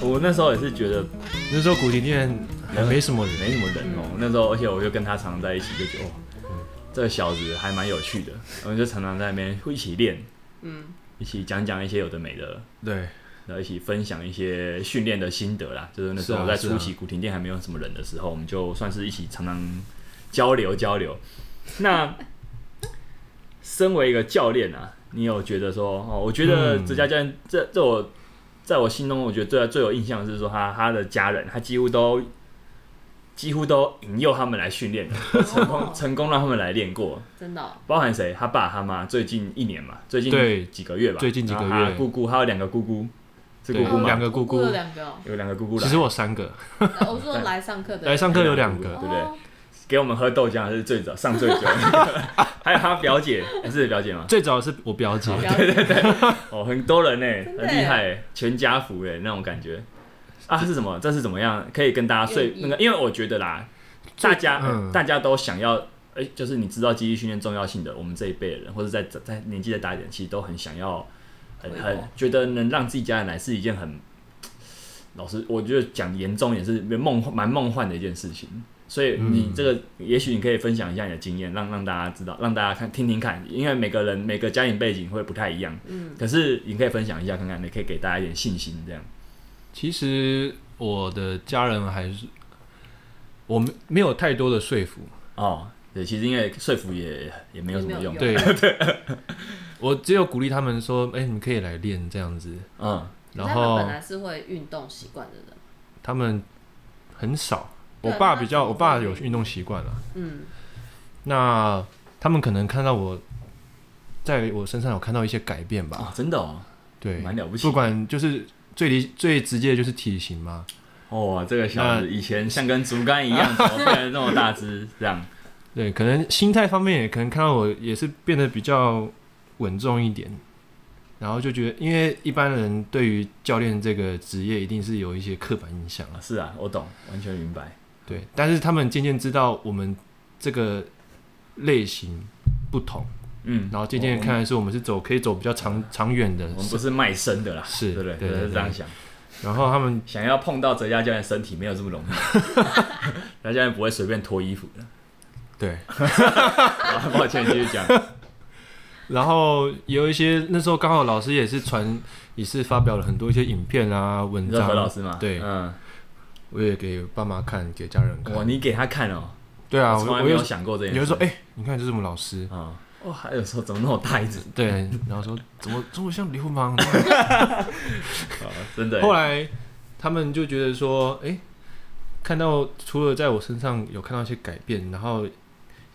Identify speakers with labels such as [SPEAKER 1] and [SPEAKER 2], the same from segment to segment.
[SPEAKER 1] 我那时候也是觉得
[SPEAKER 2] 那时候古亭店还没什么人，
[SPEAKER 1] 没什么人哦、那时候而且我就跟他常在一起，就觉得哦，这个小子还蛮有趣的，我们就常常在那边会一起练，
[SPEAKER 3] 嗯，
[SPEAKER 1] 一起讲讲一些有的没的，
[SPEAKER 2] 对，
[SPEAKER 1] 然后一起分享一些训练的心得啦。就是那时
[SPEAKER 2] 是
[SPEAKER 1] 候
[SPEAKER 2] 啊
[SPEAKER 1] 在
[SPEAKER 2] 是啊
[SPEAKER 1] 初期古亭店还没有什么人的时候，我们就算是一起常常交流交流。那身为一个教练啊，你有觉得说哦？我觉得
[SPEAKER 2] 嗯
[SPEAKER 1] 这家教练、这这我在我心中，我觉得最最有印象的是说他他的家人，他几乎都几乎都引诱他们来训练，成 功成功让他们来练过。
[SPEAKER 3] 哦真的哦、
[SPEAKER 1] 包含谁？他爸他妈最近一年嘛，最近
[SPEAKER 2] 对
[SPEAKER 1] 几个月吧，
[SPEAKER 2] 最近几个月
[SPEAKER 1] 然后他姑姑还有两个姑姑，是姑
[SPEAKER 2] 对
[SPEAKER 1] 姑
[SPEAKER 2] 两
[SPEAKER 1] 吗？
[SPEAKER 2] 个姑姑
[SPEAKER 3] 有两个、哦，
[SPEAKER 1] 有两个姑姑来
[SPEAKER 2] 其实我三个
[SPEAKER 3] 呃我说来上课的
[SPEAKER 2] 来上课有两
[SPEAKER 1] 对
[SPEAKER 2] 个，
[SPEAKER 1] 不对
[SPEAKER 3] 哦
[SPEAKER 1] 给我们喝豆浆是最早上最久 的，还有他表姐还是表姐吗？
[SPEAKER 2] 最早是我表姐，
[SPEAKER 3] 了解
[SPEAKER 1] 哦，很多人呢，
[SPEAKER 3] 真的
[SPEAKER 1] 很厉害欸，全家福哎那种感觉啊，是什么？这是怎么样？可以跟大家睡
[SPEAKER 3] 愿意
[SPEAKER 1] 那个，因为我觉得啦，大家、
[SPEAKER 2] 嗯
[SPEAKER 1] 大家都想要。哎，就是你知道记忆训练重要性的，我们这一辈的人，或者在在年纪再大一点，其实都很想要，很
[SPEAKER 3] 回
[SPEAKER 1] 很
[SPEAKER 3] 报
[SPEAKER 1] 觉得能让自己家人来是一件很，老师我觉得讲严重也是梦蛮梦幻的一件事情。所以你
[SPEAKER 2] 嗯
[SPEAKER 1] 这个，也许你可以分享一下你的经验，让让大家知道，让大家看听听看，因为每个人每个家庭背景会不太一样。
[SPEAKER 3] 嗯，
[SPEAKER 1] 可是你可以分享一下看看，你可以给大家一点信心，这样。
[SPEAKER 2] 其实我的家人还是我没没有太多的说服，
[SPEAKER 1] 哦，对，其实因为说服也也没有什么
[SPEAKER 3] 也没
[SPEAKER 1] 用。
[SPEAKER 3] 有用
[SPEAKER 2] 对，我只有鼓励他们说，哎、你们可以来练这样子，
[SPEAKER 1] 嗯，
[SPEAKER 2] 然
[SPEAKER 3] 他们
[SPEAKER 2] 后
[SPEAKER 3] 本来是会运动习惯的人，
[SPEAKER 2] 他们很少，我
[SPEAKER 3] 对
[SPEAKER 2] 爸
[SPEAKER 3] 那
[SPEAKER 2] 比较，
[SPEAKER 3] 他
[SPEAKER 2] 我
[SPEAKER 3] 们
[SPEAKER 2] 爸
[SPEAKER 3] 会
[SPEAKER 2] 有运动习惯了，啊
[SPEAKER 3] 嗯，
[SPEAKER 2] 那他们可能看到我。在我身上有看到一些改变吧，
[SPEAKER 1] 哦，真的哦，
[SPEAKER 2] 对，
[SPEAKER 1] 蛮了不起
[SPEAKER 2] 不管就是最离最直接的就是体型嘛，
[SPEAKER 1] 哦，这个小子以前像跟竹竿一 样，怎么变得这么大只？这样，
[SPEAKER 2] 对，可能心态方面也可能看到我也是变得比较稳重一点，然后就觉得，因为一般人对于教练这个职业一定是有一些刻板印象啊
[SPEAKER 1] 啊，是啊，我懂，完全明白。
[SPEAKER 2] 对，但是他们渐渐知道我们这个类型不同，
[SPEAKER 1] 嗯，
[SPEAKER 2] 然后渐渐看来是我们是走可以走比较长长远的
[SPEAKER 1] 我们，我们不是卖身的啦，
[SPEAKER 2] 是
[SPEAKER 1] 对不对？
[SPEAKER 2] 对对
[SPEAKER 1] 就是这样
[SPEAKER 2] 对
[SPEAKER 1] 想，
[SPEAKER 2] 然后他们
[SPEAKER 1] 想要碰到哲家教练身体没有这么 容易，哲家教练不会随便脱衣服的。
[SPEAKER 2] 对，
[SPEAKER 1] 好抱歉，继续讲。
[SPEAKER 2] 然后也有一些那时候刚好老师也是传也是发表了很多一些影片啊文
[SPEAKER 1] 你知道
[SPEAKER 2] 章
[SPEAKER 1] 何，老师吗？
[SPEAKER 2] 对
[SPEAKER 1] 嗯，
[SPEAKER 2] 我也给爸妈看，给家人看
[SPEAKER 1] 哇，，你给他看哦，
[SPEAKER 2] 对啊，我
[SPEAKER 1] 从来
[SPEAKER 2] 我
[SPEAKER 1] 没
[SPEAKER 2] 有
[SPEAKER 1] 有想过这件事。
[SPEAKER 2] 有人说，哎、你看这是我们老师，
[SPEAKER 1] 啊，哦，还有说怎么那么大一只？
[SPEAKER 2] 对，然后说怎么怎么像 流氓？
[SPEAKER 1] 哦真的耶。
[SPEAKER 2] 后来他们就觉得说，哎、看到除了在我身上有看到一些改变，然后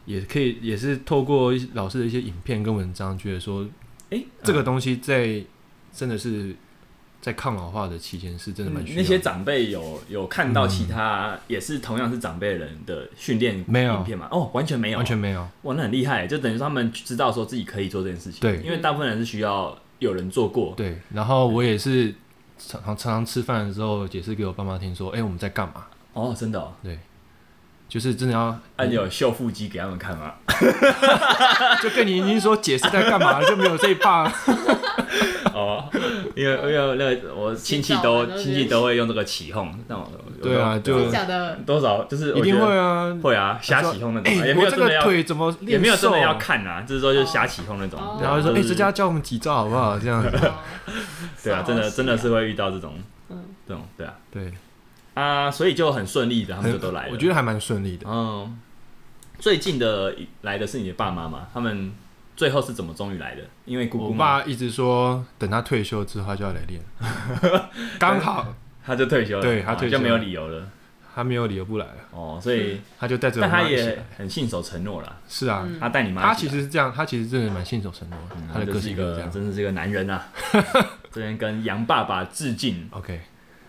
[SPEAKER 2] 也可以也是透过一些老师的一些影片跟文章，觉得说
[SPEAKER 1] 哎，
[SPEAKER 2] 这个东西在真的是在抗老化的期间是真的嗯蛮需要
[SPEAKER 1] 嗯那些长辈有有看到其他也是同样是长辈人的训练
[SPEAKER 2] 没有
[SPEAKER 1] 影片嘛？哦，完全没有，
[SPEAKER 2] 完全没有，
[SPEAKER 1] 哇，那很厉害，就等于说他们知道说自己可以做这件事情。
[SPEAKER 2] 对
[SPEAKER 1] 因为大部分人是需要有人做过。
[SPEAKER 2] 对。然后我也是常常常吃饭的时候也是给我爸妈听说，哎、我们在干嘛？
[SPEAKER 1] 哦，真的、哦，
[SPEAKER 2] 对，就是真的要
[SPEAKER 1] 那、你有秀腹肌给他们看吗？
[SPEAKER 2] 就跟你已经说解释在干嘛，就没有这 一趴。
[SPEAKER 1] 哦，因为因为那个我亲戚都
[SPEAKER 3] 洗澡啊都是
[SPEAKER 1] 亲戚都会用这个起哄，那我
[SPEAKER 2] 对啊就
[SPEAKER 3] 真的 假的？
[SPEAKER 1] 多少就是我
[SPEAKER 2] 一定
[SPEAKER 1] 觉得
[SPEAKER 2] 会啊。
[SPEAKER 1] 会啊，瞎起哄那种，
[SPEAKER 2] 哎、
[SPEAKER 1] 也没有
[SPEAKER 2] 我这
[SPEAKER 1] 真的
[SPEAKER 2] 个
[SPEAKER 1] 要
[SPEAKER 2] 腿怎么
[SPEAKER 1] 也没有真的要
[SPEAKER 2] 练瘦
[SPEAKER 1] 看啊，就是说就瞎起哄那种
[SPEAKER 3] 哦。
[SPEAKER 2] 然后就说
[SPEAKER 1] 就
[SPEAKER 2] 哎、
[SPEAKER 1] 是
[SPEAKER 2] 这家教我们几招好不好？这样子，
[SPEAKER 3] 哦
[SPEAKER 1] 对啊，真的真的是会遇到这种
[SPEAKER 3] 嗯，
[SPEAKER 1] 这种对啊
[SPEAKER 2] 对，
[SPEAKER 1] 啊，所以就很顺利的， 他们就都来了。
[SPEAKER 2] 我觉
[SPEAKER 1] 得
[SPEAKER 2] 得还蛮顺利的。
[SPEAKER 1] 嗯，最近的来的是你的爸妈嘛？他们最后是怎么终于来的？因为姑姑
[SPEAKER 2] 我
[SPEAKER 1] 嘛，
[SPEAKER 2] 爸一直说，等他退休之后他就要来 练，刚好
[SPEAKER 1] 他就退休了，
[SPEAKER 2] 对他
[SPEAKER 1] 哦
[SPEAKER 2] 退休
[SPEAKER 1] 就没有理由了
[SPEAKER 2] 他没有理由不来了，
[SPEAKER 1] 哦，所以
[SPEAKER 2] 他就带着我
[SPEAKER 1] 但他
[SPEAKER 2] 妈一起
[SPEAKER 1] 也
[SPEAKER 2] 来。
[SPEAKER 1] 很信守承诺啦，
[SPEAKER 2] 是啊，
[SPEAKER 3] 嗯
[SPEAKER 1] 他带你妈
[SPEAKER 2] 他
[SPEAKER 1] 一起
[SPEAKER 2] 其
[SPEAKER 1] 来，
[SPEAKER 2] 实是这样，他其实真的蛮信守承诺的，哦
[SPEAKER 1] 嗯
[SPEAKER 2] 他的
[SPEAKER 1] 就
[SPEAKER 2] 个
[SPEAKER 1] 是一
[SPEAKER 2] 性就是这
[SPEAKER 1] 个
[SPEAKER 2] 样。
[SPEAKER 1] 真的是一个男人 啊，这边跟杨爸爸致敬。
[SPEAKER 2] OK，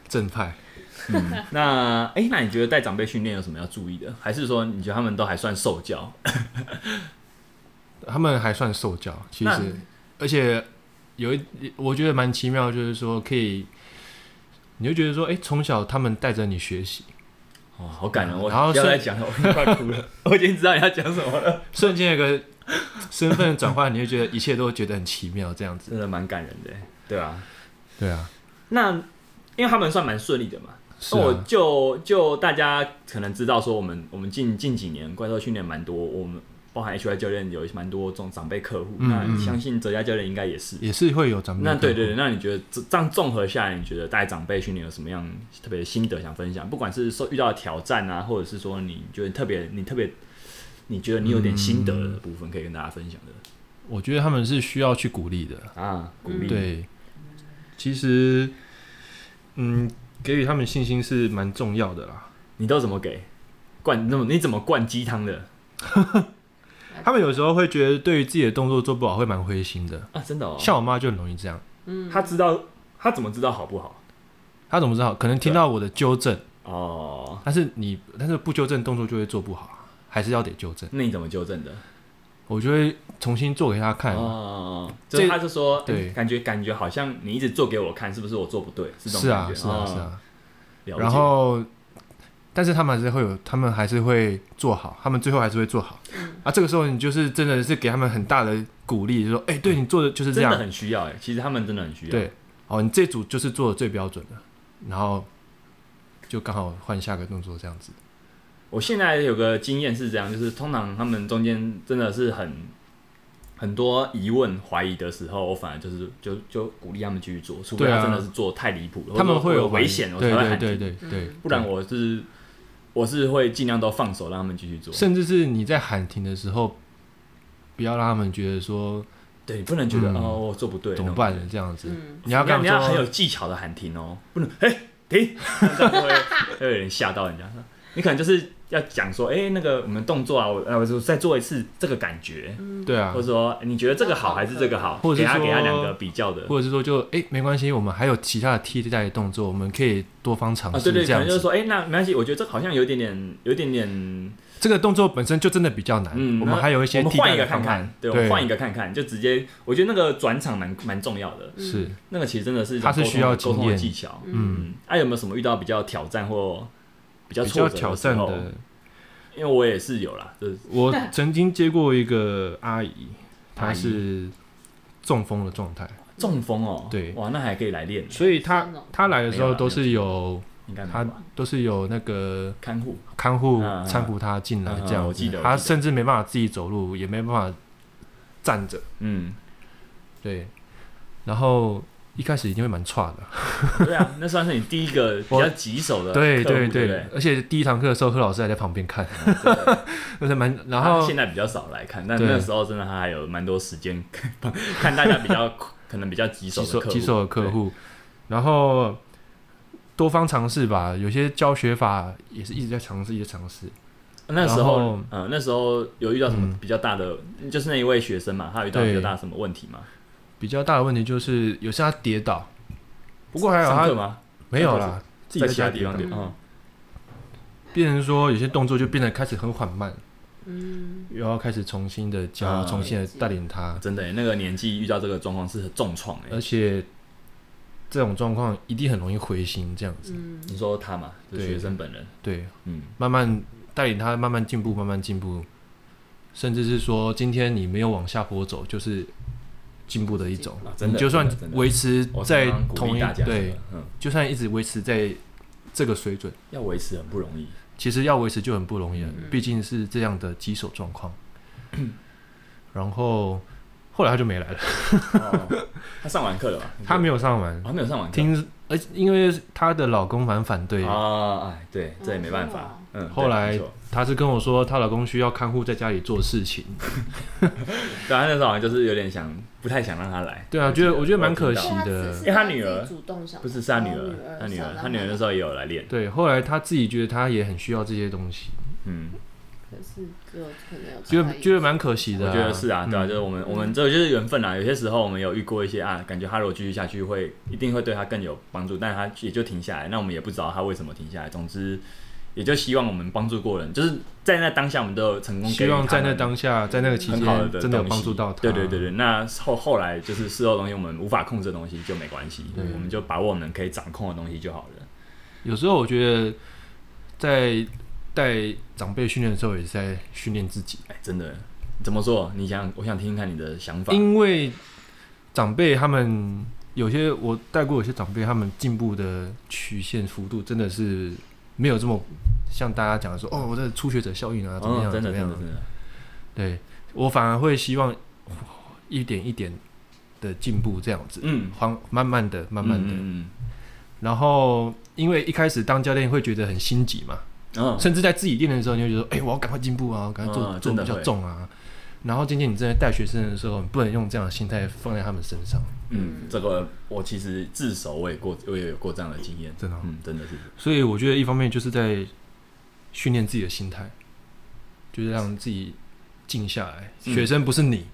[SPEAKER 2] 正派。
[SPEAKER 1] 那哎、那你觉得带长辈训练有什么要注意的？还是说你觉得他们都还算受教？
[SPEAKER 2] 他们还算受教，其
[SPEAKER 1] 那
[SPEAKER 2] 实，而且有一我觉得蛮奇妙，就是说可以，你就觉得说，哎、从小他们带着你学 习，
[SPEAKER 1] 哦，好感人！我
[SPEAKER 2] 啊然后
[SPEAKER 1] 不要
[SPEAKER 2] 是
[SPEAKER 1] 再讲了，我已经快哭了， 我已经知道你要讲什么了，
[SPEAKER 2] 瞬间有个身份的转换，你就觉得一切都觉得很奇妙，这样子。
[SPEAKER 1] 真的蛮感人的。对啊，
[SPEAKER 2] 对啊，
[SPEAKER 1] 那因为他们算蛮顺利的嘛。
[SPEAKER 2] 是
[SPEAKER 1] 那
[SPEAKER 2] 啊
[SPEAKER 1] 哦我就就大家可能知道说我，们我们近近几年怪兽训练蛮多，我们包含 HY 教练有蛮多这种长辈客户，
[SPEAKER 2] 嗯
[SPEAKER 1] 那
[SPEAKER 2] 嗯
[SPEAKER 1] 相信哲家教练应该也是。
[SPEAKER 2] 也是会有咱们
[SPEAKER 1] 那对对对，
[SPEAKER 2] 对
[SPEAKER 1] 那你觉得这这样综合下来，你觉得带长辈训练有什么样特别的心得想分享？不管是说遇到的挑战啊，或者是说你觉得特别你特别你觉得你有点心得的部分，可以跟大家分享的
[SPEAKER 2] 我觉得他们是需要去鼓励的。
[SPEAKER 1] 啊，鼓励、
[SPEAKER 2] 嗯对，其实嗯，给予他们信心是蛮重要的啦。
[SPEAKER 1] 你都怎么给灌？那么你怎么灌鸡汤的
[SPEAKER 2] 他们有时候会觉得对于自己的动作做不好会蛮灰心的，
[SPEAKER 1] 啊？真的哦，
[SPEAKER 2] 像我妈就很容易这样。
[SPEAKER 3] 嗯，
[SPEAKER 1] 他知道他怎么知道好不好？
[SPEAKER 2] 她怎么知道？可能听到我的纠正，
[SPEAKER 1] 哦，
[SPEAKER 2] 但是你但是不纠正动作就会做不好啊，还是要得纠正。
[SPEAKER 1] 那你怎么纠正的？
[SPEAKER 2] 我就会重新做给她看。
[SPEAKER 1] 哦，
[SPEAKER 2] 这
[SPEAKER 1] 就是他就说，
[SPEAKER 2] 对
[SPEAKER 1] 嗯感觉感觉好像你一直做给我看，是不是我做不对？是这
[SPEAKER 2] 是
[SPEAKER 1] 种感
[SPEAKER 2] 啊
[SPEAKER 1] 觉，
[SPEAKER 2] 是啊，
[SPEAKER 1] 哦
[SPEAKER 2] 是啊。
[SPEAKER 1] 了解
[SPEAKER 2] 然后，但是他们还是会有，他们还是会做好，他们最后还是会做好。啊，这个时候你就是真的是给他们很大的鼓励，就说，哎、对你做的就是这
[SPEAKER 1] 真的
[SPEAKER 2] 样，
[SPEAKER 1] 很需要哎，其实他们真的很需要。
[SPEAKER 2] 对，哦，你这组就是做的最标准的，然后就刚好换下个动作这样子。
[SPEAKER 1] 我现在有个经验是这样，就是通常他们中间真的是很很多疑问、怀疑的时候，我反而就是就就鼓励他们继续做，除非
[SPEAKER 2] 对啊
[SPEAKER 1] 他真的是做太离谱了，
[SPEAKER 2] 他们
[SPEAKER 1] 或者
[SPEAKER 2] 会
[SPEAKER 1] 有
[SPEAKER 2] 怀疑
[SPEAKER 1] 危险，我才
[SPEAKER 2] 对
[SPEAKER 1] 会
[SPEAKER 2] 对
[SPEAKER 1] 喊
[SPEAKER 2] 对
[SPEAKER 1] 停。
[SPEAKER 2] 对
[SPEAKER 3] 嗯
[SPEAKER 2] 对，
[SPEAKER 1] 不然我是我是会尽量都放手，让他们继续做。
[SPEAKER 2] 甚至是你在喊停的时候，不要让他们觉得说
[SPEAKER 1] 对，不能觉得
[SPEAKER 2] 嗯
[SPEAKER 1] 哦我做不对，
[SPEAKER 2] 怎么
[SPEAKER 1] 那种
[SPEAKER 2] 办这样子，
[SPEAKER 3] 嗯，
[SPEAKER 2] 你要
[SPEAKER 1] 你要
[SPEAKER 2] 跟
[SPEAKER 1] 你
[SPEAKER 2] 他
[SPEAKER 1] 要
[SPEAKER 2] 们
[SPEAKER 1] 很
[SPEAKER 2] 说
[SPEAKER 1] 有技巧的喊停哦，不能哎、停，这样就会会有点吓到人家。你可能就是要讲说，哎、那个我们动作啊，我呃我就再做一次这个感觉，
[SPEAKER 2] 对啊
[SPEAKER 1] 或，者说哎你觉得这个好还是这个好，
[SPEAKER 2] 或者
[SPEAKER 1] 给
[SPEAKER 2] 是
[SPEAKER 1] 他
[SPEAKER 2] 说
[SPEAKER 1] 给他两个比较的
[SPEAKER 2] 或者是说就哎、没关系，我们还有其他的替代的动作，我们可以多方尝
[SPEAKER 1] 啊，
[SPEAKER 2] 试
[SPEAKER 1] 对对，
[SPEAKER 2] 这
[SPEAKER 1] 可
[SPEAKER 2] 样
[SPEAKER 1] 能
[SPEAKER 2] 子。
[SPEAKER 1] 就是说，哎、那没关系，我觉得这好像有一点点，有一点点，
[SPEAKER 2] 这个动作本身就真的比较难，
[SPEAKER 1] 嗯，
[SPEAKER 2] 嗯我
[SPEAKER 1] 那
[SPEAKER 2] 们还有一些
[SPEAKER 1] 我们
[SPEAKER 2] 替
[SPEAKER 1] 换
[SPEAKER 2] 代
[SPEAKER 1] 一个
[SPEAKER 2] 的
[SPEAKER 1] 看
[SPEAKER 2] 方
[SPEAKER 1] 看
[SPEAKER 2] 案，，
[SPEAKER 1] 对，我们换一个看看，就直接，我觉得那个转场蛮蛮重要的，
[SPEAKER 3] 嗯
[SPEAKER 2] 是
[SPEAKER 1] 那个其实真的是一种
[SPEAKER 2] 它是
[SPEAKER 1] 沟通
[SPEAKER 2] 需要
[SPEAKER 1] 的沟
[SPEAKER 2] 经
[SPEAKER 1] 通的
[SPEAKER 2] 验
[SPEAKER 1] 技巧，
[SPEAKER 2] 嗯
[SPEAKER 1] 嗯，哎、有没有什么遇到比较挑战或比较
[SPEAKER 2] 比
[SPEAKER 1] 挫
[SPEAKER 2] 较
[SPEAKER 1] 折
[SPEAKER 2] 挑
[SPEAKER 1] 时
[SPEAKER 2] 战
[SPEAKER 1] 候
[SPEAKER 2] 的。
[SPEAKER 1] 因为我也是有啦，就是
[SPEAKER 2] 我曾经接过一个阿姨，她是中风的状态，
[SPEAKER 1] 中风哦，
[SPEAKER 2] 对
[SPEAKER 1] 哇，那还可以来练，
[SPEAKER 2] 所以她
[SPEAKER 3] 真的哦
[SPEAKER 2] 她来的时候都是有
[SPEAKER 1] 应该没有
[SPEAKER 2] 她
[SPEAKER 1] 吧？
[SPEAKER 2] 都是有那个
[SPEAKER 1] 看护
[SPEAKER 2] 看护
[SPEAKER 1] 嗯嗯
[SPEAKER 2] 搀扶她进来
[SPEAKER 1] 嗯嗯
[SPEAKER 2] 这样
[SPEAKER 1] 我记
[SPEAKER 2] 子
[SPEAKER 1] 得，我
[SPEAKER 2] 她
[SPEAKER 1] 记得
[SPEAKER 2] 甚至没办法自己走路，也没办法站着，
[SPEAKER 1] 嗯，
[SPEAKER 2] 对。然后一开始一定会蛮差的，
[SPEAKER 1] 对啊，那算是你第一个比较棘手的
[SPEAKER 2] 对
[SPEAKER 1] 客户
[SPEAKER 2] 对
[SPEAKER 1] 对不
[SPEAKER 2] 对，而且第一堂课的时候，贺老师还在旁边看， 就是蛮然
[SPEAKER 1] 他
[SPEAKER 2] 后
[SPEAKER 1] 现在比较少来看，但
[SPEAKER 2] 对
[SPEAKER 1] 那时候真的他还有蛮多时间 看大家比较 可能比较棘手
[SPEAKER 2] 棘
[SPEAKER 1] 的客
[SPEAKER 2] 手
[SPEAKER 1] 户，
[SPEAKER 2] 棘手的客户，然后多方尝试吧。有些教学法也是一直在尝试，一直在尝试。
[SPEAKER 1] 对。那时候
[SPEAKER 2] 然后，
[SPEAKER 1] 呃，那时候有遇到什么
[SPEAKER 2] 嗯
[SPEAKER 1] 比较大的，就是那一位学生嘛，他有遇到
[SPEAKER 2] 对
[SPEAKER 1] 比较大的什么问题吗？
[SPEAKER 2] 比较大的问题就是，有时他跌倒，不过还好
[SPEAKER 1] 上课
[SPEAKER 2] 他
[SPEAKER 1] 吗？
[SPEAKER 2] 没有啦，自己
[SPEAKER 1] 在其他
[SPEAKER 2] 家
[SPEAKER 1] 地方
[SPEAKER 2] 跌
[SPEAKER 1] 点，
[SPEAKER 2] 倒
[SPEAKER 1] 嗯，
[SPEAKER 2] 变成说有些动作就变得开始很缓慢，
[SPEAKER 3] 嗯，
[SPEAKER 2] 又要开始重新的教，
[SPEAKER 1] 啊
[SPEAKER 2] 重新的带领他，
[SPEAKER 1] 真的欸耶，那个年纪遇到这个状况是很重创哎
[SPEAKER 2] 而。且这种状况一定很容易灰心，这样子。
[SPEAKER 3] 嗯，
[SPEAKER 1] 你说他嘛，就
[SPEAKER 2] 对
[SPEAKER 1] 学生本人，
[SPEAKER 2] 对，
[SPEAKER 1] 嗯，
[SPEAKER 2] 慢慢带领他慢慢进步，慢慢进步，甚至是说今天你没有往下坡走，就是进步的一种。
[SPEAKER 1] 啊真的
[SPEAKER 2] 你就算
[SPEAKER 1] 真的真的
[SPEAKER 2] 维持
[SPEAKER 1] 我
[SPEAKER 2] 在
[SPEAKER 1] 常常鼓
[SPEAKER 2] 同
[SPEAKER 1] 励
[SPEAKER 2] 一
[SPEAKER 1] 大家，
[SPEAKER 2] 对，，
[SPEAKER 1] 嗯，
[SPEAKER 2] 就算一直维持在这个水准，
[SPEAKER 1] 要维持很不容易。
[SPEAKER 2] 其实要维持就很不容易了，
[SPEAKER 3] 嗯
[SPEAKER 2] 毕竟是这样的棘手 状况。然后后来他就没来了，
[SPEAKER 1] 哦、他上完课了吧？
[SPEAKER 2] 他没有上完
[SPEAKER 1] 哦，，他没有上完课。
[SPEAKER 2] 听，而且因为她的老公蛮反对的，
[SPEAKER 1] 啊，哎，对，这也没办
[SPEAKER 3] 哦
[SPEAKER 1] 法。嗯，对
[SPEAKER 2] 后来
[SPEAKER 1] 没错
[SPEAKER 2] 她是跟我说她老公需要看护在家里做事情，
[SPEAKER 1] 对啊，那时候好像就是有点想，不太想让他来。
[SPEAKER 2] 对啊，觉得我觉得蛮可惜
[SPEAKER 3] 他
[SPEAKER 2] 的
[SPEAKER 3] 只。是
[SPEAKER 1] 因为他女儿
[SPEAKER 3] 自己主动想，
[SPEAKER 1] 不是是他女
[SPEAKER 3] 哦
[SPEAKER 1] 儿，他女
[SPEAKER 3] 想
[SPEAKER 1] 儿，
[SPEAKER 3] 让
[SPEAKER 1] 他女儿那时候也有来练。
[SPEAKER 2] 对，后来他自己觉得他也很需要这些东西，
[SPEAKER 1] 嗯，
[SPEAKER 3] 可是就可能有
[SPEAKER 2] 觉
[SPEAKER 3] 差
[SPEAKER 2] 得
[SPEAKER 3] 异
[SPEAKER 2] 觉得蛮可惜
[SPEAKER 1] 我
[SPEAKER 2] 的、
[SPEAKER 1] 觉得是啊，
[SPEAKER 2] 嗯
[SPEAKER 1] 对啊，就是我们我们这个就是缘分啦。有些时候我们有遇过一些啊，感觉他如果继续下去会一定会对他更有帮助，但他也就停下来。那我们也不知道他为什么停下来。总之，也就希望我们帮助过人，就是在那当下我们都有成功给予他
[SPEAKER 2] 希
[SPEAKER 1] 们。
[SPEAKER 2] 望在那当下，在那个期
[SPEAKER 1] 很好
[SPEAKER 2] 间
[SPEAKER 1] 的
[SPEAKER 2] 真的有
[SPEAKER 1] 东
[SPEAKER 2] 帮
[SPEAKER 1] 西
[SPEAKER 2] 助到他。
[SPEAKER 1] 对对对对，那后后来就是事后东西我们无法控制的东西就没关系，我们就把握我们可以掌控的东西就好了。
[SPEAKER 2] 有时候我觉得在带长辈训练的时候，也是在训练自己，
[SPEAKER 1] 哎，真的，怎么做？你想，我想听听看你的想法。
[SPEAKER 2] 因为长辈他们有些我带过有些长辈，他们进步的曲线幅度真的是没有这么像大家讲的说，哦，我的初学者效应啊，怎么样、
[SPEAKER 1] 嗯，真的
[SPEAKER 2] 怎么
[SPEAKER 1] 真
[SPEAKER 2] 样
[SPEAKER 1] 的真的，
[SPEAKER 2] 对我反而会希望一点一点的进步这样子，
[SPEAKER 1] 嗯，
[SPEAKER 2] 缓慢慢的，慢慢的。
[SPEAKER 1] 嗯，
[SPEAKER 2] 然后因为一开始当教练会觉得很心急嘛，
[SPEAKER 1] 嗯嗯
[SPEAKER 2] 甚至在自己练的时候，你会觉得，哎、我要赶快进步啊，赶快做、
[SPEAKER 1] 嗯
[SPEAKER 2] 做
[SPEAKER 1] 真的
[SPEAKER 2] 比较
[SPEAKER 1] 会
[SPEAKER 2] 重啊。然后渐渐你正在带学生的时候，你不能用这样的心态放在他们身上，
[SPEAKER 1] 嗯，这个我其实自首我也过，我也有过这样的经验，
[SPEAKER 2] 真的哦、
[SPEAKER 1] 嗯，真的是，
[SPEAKER 2] 所以我觉得一方面就是在训练自己的心态，就是让自己静下来。
[SPEAKER 1] 嗯
[SPEAKER 2] 学生不是你，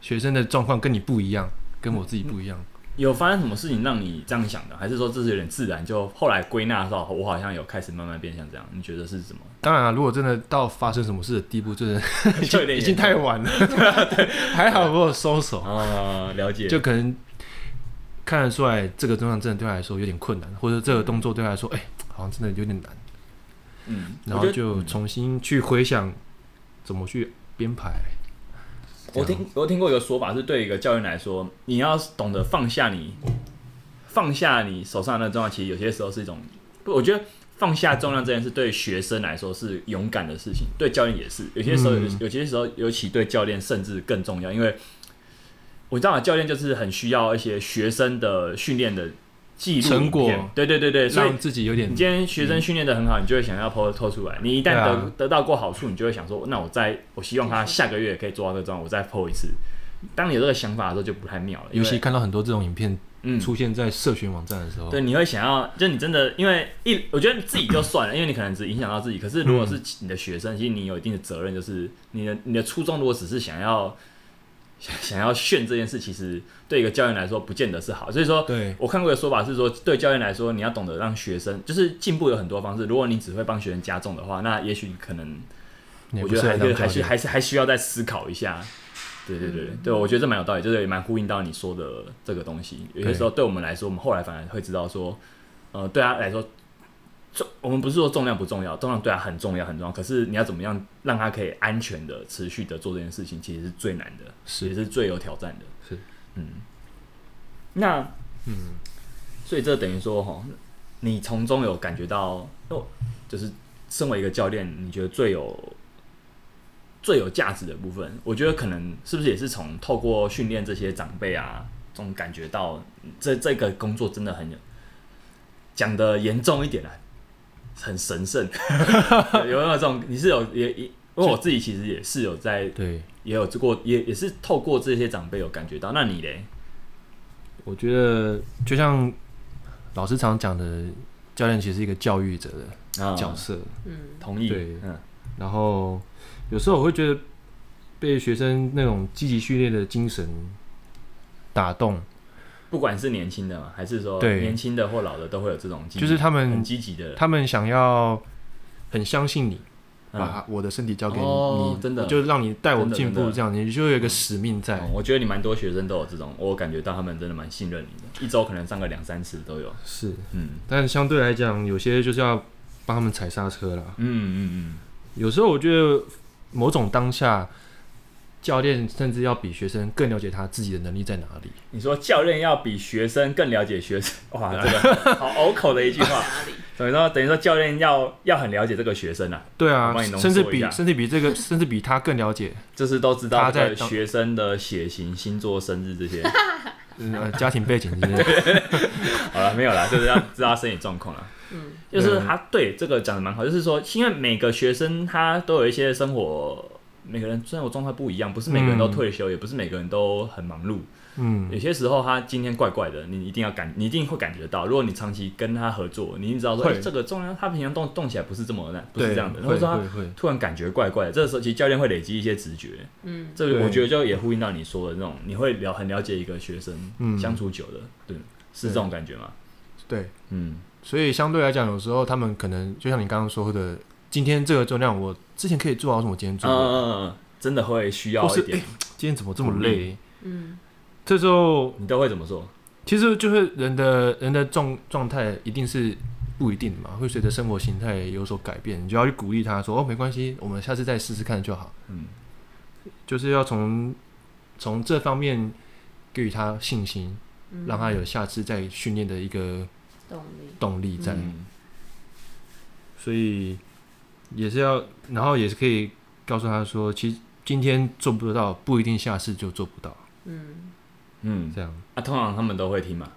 [SPEAKER 2] 学生的状况跟你不一样，跟我自己不一样。
[SPEAKER 1] 有发生什么事情让你这样想的，还是说这是有点自然？就后来归纳到，我好像有开始慢慢变像这样，你觉得是什 么？
[SPEAKER 2] 当然、啊，如果真的到发生什么事的地步，真的 已
[SPEAKER 1] 就有
[SPEAKER 2] 经
[SPEAKER 1] 点
[SPEAKER 2] 已经太 晚了。对，还好我有收手，
[SPEAKER 1] 啊，了解，
[SPEAKER 2] 就可能看得出来这个动作真的对他来说有点困难，或者这个动作对他来说，哎、好像真的有点难。
[SPEAKER 1] 嗯，
[SPEAKER 2] 然
[SPEAKER 1] 我觉
[SPEAKER 2] 后
[SPEAKER 1] 得
[SPEAKER 2] 就
[SPEAKER 1] 嗯
[SPEAKER 2] 重新去回想怎么去编排。
[SPEAKER 1] 嗯我听我听过一个说法，是对一个教练来说，你要懂得放下你，放下你手上的重量，其实有些时候是一种，不，我觉得放下重量这件事对学生来说是勇敢的事情，对教练也是。有些时候，有
[SPEAKER 2] 嗯
[SPEAKER 1] 有些时候，尤其对教练甚至更重要，因为我知道教练就是很需要一些学生的训练的记录
[SPEAKER 2] 成
[SPEAKER 1] 影
[SPEAKER 2] 果
[SPEAKER 1] 片对对对对，所以
[SPEAKER 2] 让自己有点
[SPEAKER 1] 你今天学生训练的很好，你就会想要抛偷出来。你一旦
[SPEAKER 2] 对
[SPEAKER 1] 得、
[SPEAKER 2] 啊
[SPEAKER 1] 得到过好处，你就会想说，那我再我希望他下个月可以做到这个状态，我再抛一次。当你有这个想法的时候，就不太妙了，因
[SPEAKER 2] 尤
[SPEAKER 1] 为
[SPEAKER 2] 其看到很多这种影片
[SPEAKER 1] 嗯，
[SPEAKER 2] 出现在社群网站的时候，
[SPEAKER 1] 对，你会想要，就你真的因为一，我觉得自己就算了，因为你可能只影响到自己。可是如果是你的学生，其实你有一定的责任，就是你的你的初衷如果只是想要想想要炫这件事，其实对一个教练来说，不见得是好。所以说，
[SPEAKER 2] 对
[SPEAKER 1] 我看过的说法是说，对教练来说，你要懂得让学生就是进步有很多方式。如果你只会帮学生加重的话，那也许你可能
[SPEAKER 2] 你也
[SPEAKER 1] 我
[SPEAKER 2] 不
[SPEAKER 1] 觉
[SPEAKER 2] 是
[SPEAKER 1] 得还
[SPEAKER 2] 来
[SPEAKER 1] 是
[SPEAKER 2] 当
[SPEAKER 1] 还
[SPEAKER 2] 教
[SPEAKER 1] 是
[SPEAKER 2] 练。
[SPEAKER 1] 还是还需要再思考一下。对对
[SPEAKER 2] 嗯
[SPEAKER 1] 对、对，我觉得这蛮有道理，就是也蛮呼应到你说的这个东西。有些时候对我们来说，我们后来反而会知道说，呃，对他来说，重我们不是说重量不重要，重量对他很重要很重要。可是你要怎么样让他可以安全的、持续的做这件事情，其实是最难的，也
[SPEAKER 2] 是
[SPEAKER 1] 是最有挑战的。
[SPEAKER 2] 是，
[SPEAKER 1] 嗯，那
[SPEAKER 2] 嗯，
[SPEAKER 1] 所以这等于说哈，你从中有感觉到，哦，就是身为一个教练，你觉得最有最有价值的部分，我觉得可能是不是也是从透过训练这些长辈啊，这种感觉到嗯这这个工作真的很有讲的严重一点啊，很神 圣，有有没有这种？你是有也也，因为我自己其实也是有在
[SPEAKER 2] 对，
[SPEAKER 1] 也有过也也是透过这些长辈有感觉到，那你嘞？
[SPEAKER 2] 我觉得就像老师常讲的，教练其实是一个教育者的
[SPEAKER 1] 啊
[SPEAKER 2] 角色。
[SPEAKER 3] 嗯
[SPEAKER 1] 同意，
[SPEAKER 2] 对
[SPEAKER 1] 嗯
[SPEAKER 2] 然后有时候我会觉得被学生那种积极训练的精神打动，
[SPEAKER 1] 不管是年轻的嘛，还是说
[SPEAKER 2] 对
[SPEAKER 1] 年轻的或老的，都会有这种积极
[SPEAKER 2] 就是他
[SPEAKER 1] 很
[SPEAKER 2] 们
[SPEAKER 1] 积极的，
[SPEAKER 2] 他们想要很相信你，
[SPEAKER 1] 嗯
[SPEAKER 2] 把我的身体交给你，
[SPEAKER 1] 哦
[SPEAKER 2] 你
[SPEAKER 1] 真的
[SPEAKER 2] 就让你带我
[SPEAKER 1] 真的
[SPEAKER 2] 进
[SPEAKER 1] 真
[SPEAKER 2] 步，
[SPEAKER 1] 的
[SPEAKER 2] 这样你就有一个使命在。
[SPEAKER 1] 嗯我觉得你蛮多学生都有这种，我感觉到他们真的蛮信任你的，一周可能上个两三次都有。
[SPEAKER 2] 是，
[SPEAKER 1] 嗯
[SPEAKER 2] 但相对来讲，有些就是要帮他们踩刹车啦。
[SPEAKER 1] 嗯嗯
[SPEAKER 2] 有时候我觉得某种当下。教练甚至要比学生更了解他自己的能力在哪里
[SPEAKER 1] 嗯，。你说教练要比学生更了解 学生，哇，这个好拗口的一句话。等于说，等于说教练要要很了解这个学生啊，
[SPEAKER 2] 对
[SPEAKER 1] 我
[SPEAKER 2] 啊
[SPEAKER 1] 帮你，浓
[SPEAKER 2] 甚至
[SPEAKER 1] 缩一
[SPEAKER 2] 比
[SPEAKER 1] 下
[SPEAKER 2] 甚至比这个， 甚至比他更了解
[SPEAKER 1] 就是都知道
[SPEAKER 2] 他
[SPEAKER 1] 这
[SPEAKER 2] 在
[SPEAKER 1] 个
[SPEAKER 2] 当
[SPEAKER 1] 学生的血型、星座、生日这些。
[SPEAKER 2] 呃家庭背景 之类的。
[SPEAKER 1] 好了，没有啦，就是要知道他身体状况了。
[SPEAKER 3] 嗯，
[SPEAKER 1] 就是他对这个讲的蛮好，就是说，因为每个学生他都有一些生活，每个人生活状态不一样，不是每个人都退休，也不是每个人都很忙碌。
[SPEAKER 2] 嗯
[SPEAKER 1] 有，些时候他今天怪怪的，你一定要感，你一定会感觉到。如果你长期跟他合作，你一定知道说，
[SPEAKER 2] 会
[SPEAKER 1] 哎、这个重量他平常动动起来不是这么那，不
[SPEAKER 2] 对，
[SPEAKER 1] 是这样的，或
[SPEAKER 2] 会
[SPEAKER 1] 者说他
[SPEAKER 2] 会会，
[SPEAKER 1] 突然感觉怪怪的。这个时候其实教练会累积一些直觉，
[SPEAKER 3] 嗯
[SPEAKER 1] 这个我
[SPEAKER 2] 对
[SPEAKER 1] 觉得就也呼应到你说的那种，你会了很了解一个学生，
[SPEAKER 2] 嗯
[SPEAKER 1] 相处久了，对，是这种感觉吗？
[SPEAKER 2] 对，
[SPEAKER 1] 嗯
[SPEAKER 2] 所以相对来讲，有时候他们可能就像你刚刚说的，今天这个重量我之前可以做到，为什么今天
[SPEAKER 1] 嗯
[SPEAKER 2] 做不到？
[SPEAKER 1] 嗯嗯嗯，真的会需要
[SPEAKER 2] 或是
[SPEAKER 1] 一点。
[SPEAKER 2] 今天怎么这么累？
[SPEAKER 3] 嗯
[SPEAKER 2] 这时候
[SPEAKER 1] 你都会怎么说？
[SPEAKER 2] 其实就是人的人的状状态一定是不一定的嘛，会随着生活形态有所改变，你就要去鼓励他说：“哦，没关系，我们下次再试试看就好。
[SPEAKER 1] 嗯，”
[SPEAKER 2] 就是要从从这方面给予他信心，
[SPEAKER 3] 嗯
[SPEAKER 2] 让他有下次再训练的一个
[SPEAKER 3] 动力，
[SPEAKER 2] 动力在。
[SPEAKER 1] 嗯
[SPEAKER 2] 所以也是要，然后也是可以告诉他说，其实今天做不到，不一定下次就做不到。
[SPEAKER 3] 嗯，
[SPEAKER 1] 嗯，
[SPEAKER 2] 这样
[SPEAKER 1] 啊，通常他们都会听嘛。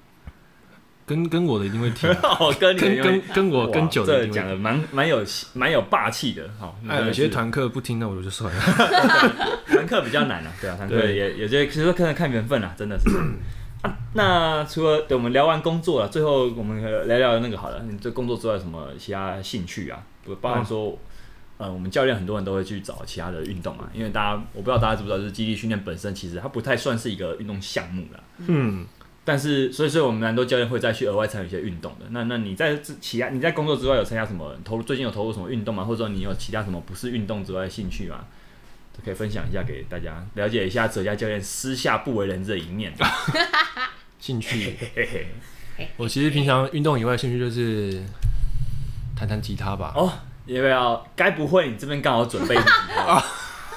[SPEAKER 2] 跟跟我的一定会听，
[SPEAKER 1] 哦， 跟你们
[SPEAKER 2] 跟
[SPEAKER 1] 有
[SPEAKER 2] 跟跟我
[SPEAKER 1] 哇
[SPEAKER 2] 跟九的
[SPEAKER 1] 这
[SPEAKER 2] 一定
[SPEAKER 1] 讲
[SPEAKER 2] 会
[SPEAKER 1] 的蛮蛮有蛮有霸气的。好，
[SPEAKER 2] 听。哎，有些团课不听，那我就算了。
[SPEAKER 1] 团课比较难啊，对 啊，团课
[SPEAKER 2] 对
[SPEAKER 1] 也也就其实看看缘分啊，真 的是。啊，那除了对我们聊完工作了，最后我们聊聊那个好了，你对工作之外有什么其他兴趣啊？不包含
[SPEAKER 2] 哦
[SPEAKER 1] 说，呃，我们教练很多人都会去找其他的运动嘛，啊因为大家我不知道大家知不知道，就是基地训练本身其实它不太算是一个运动项目啦。
[SPEAKER 2] 嗯，
[SPEAKER 1] 但是，所以，所以我们蛮多教练会再去额外参与一些运动的。那，那你在之其他你在工作之外有参加什么投入？最近有投入什么运动吗？或者说你有其他什么不是运动之外的兴趣吗？都可以分享一下给大家，了解一下哲家教练私下不为人知的一面。
[SPEAKER 2] 兴趣，
[SPEAKER 1] 嘿嘿，
[SPEAKER 2] 我其实平常运动以外，兴趣就是弹弹吉他吧。
[SPEAKER 1] 哦，要不要？该不会你这边刚好准备一支吉他 吧？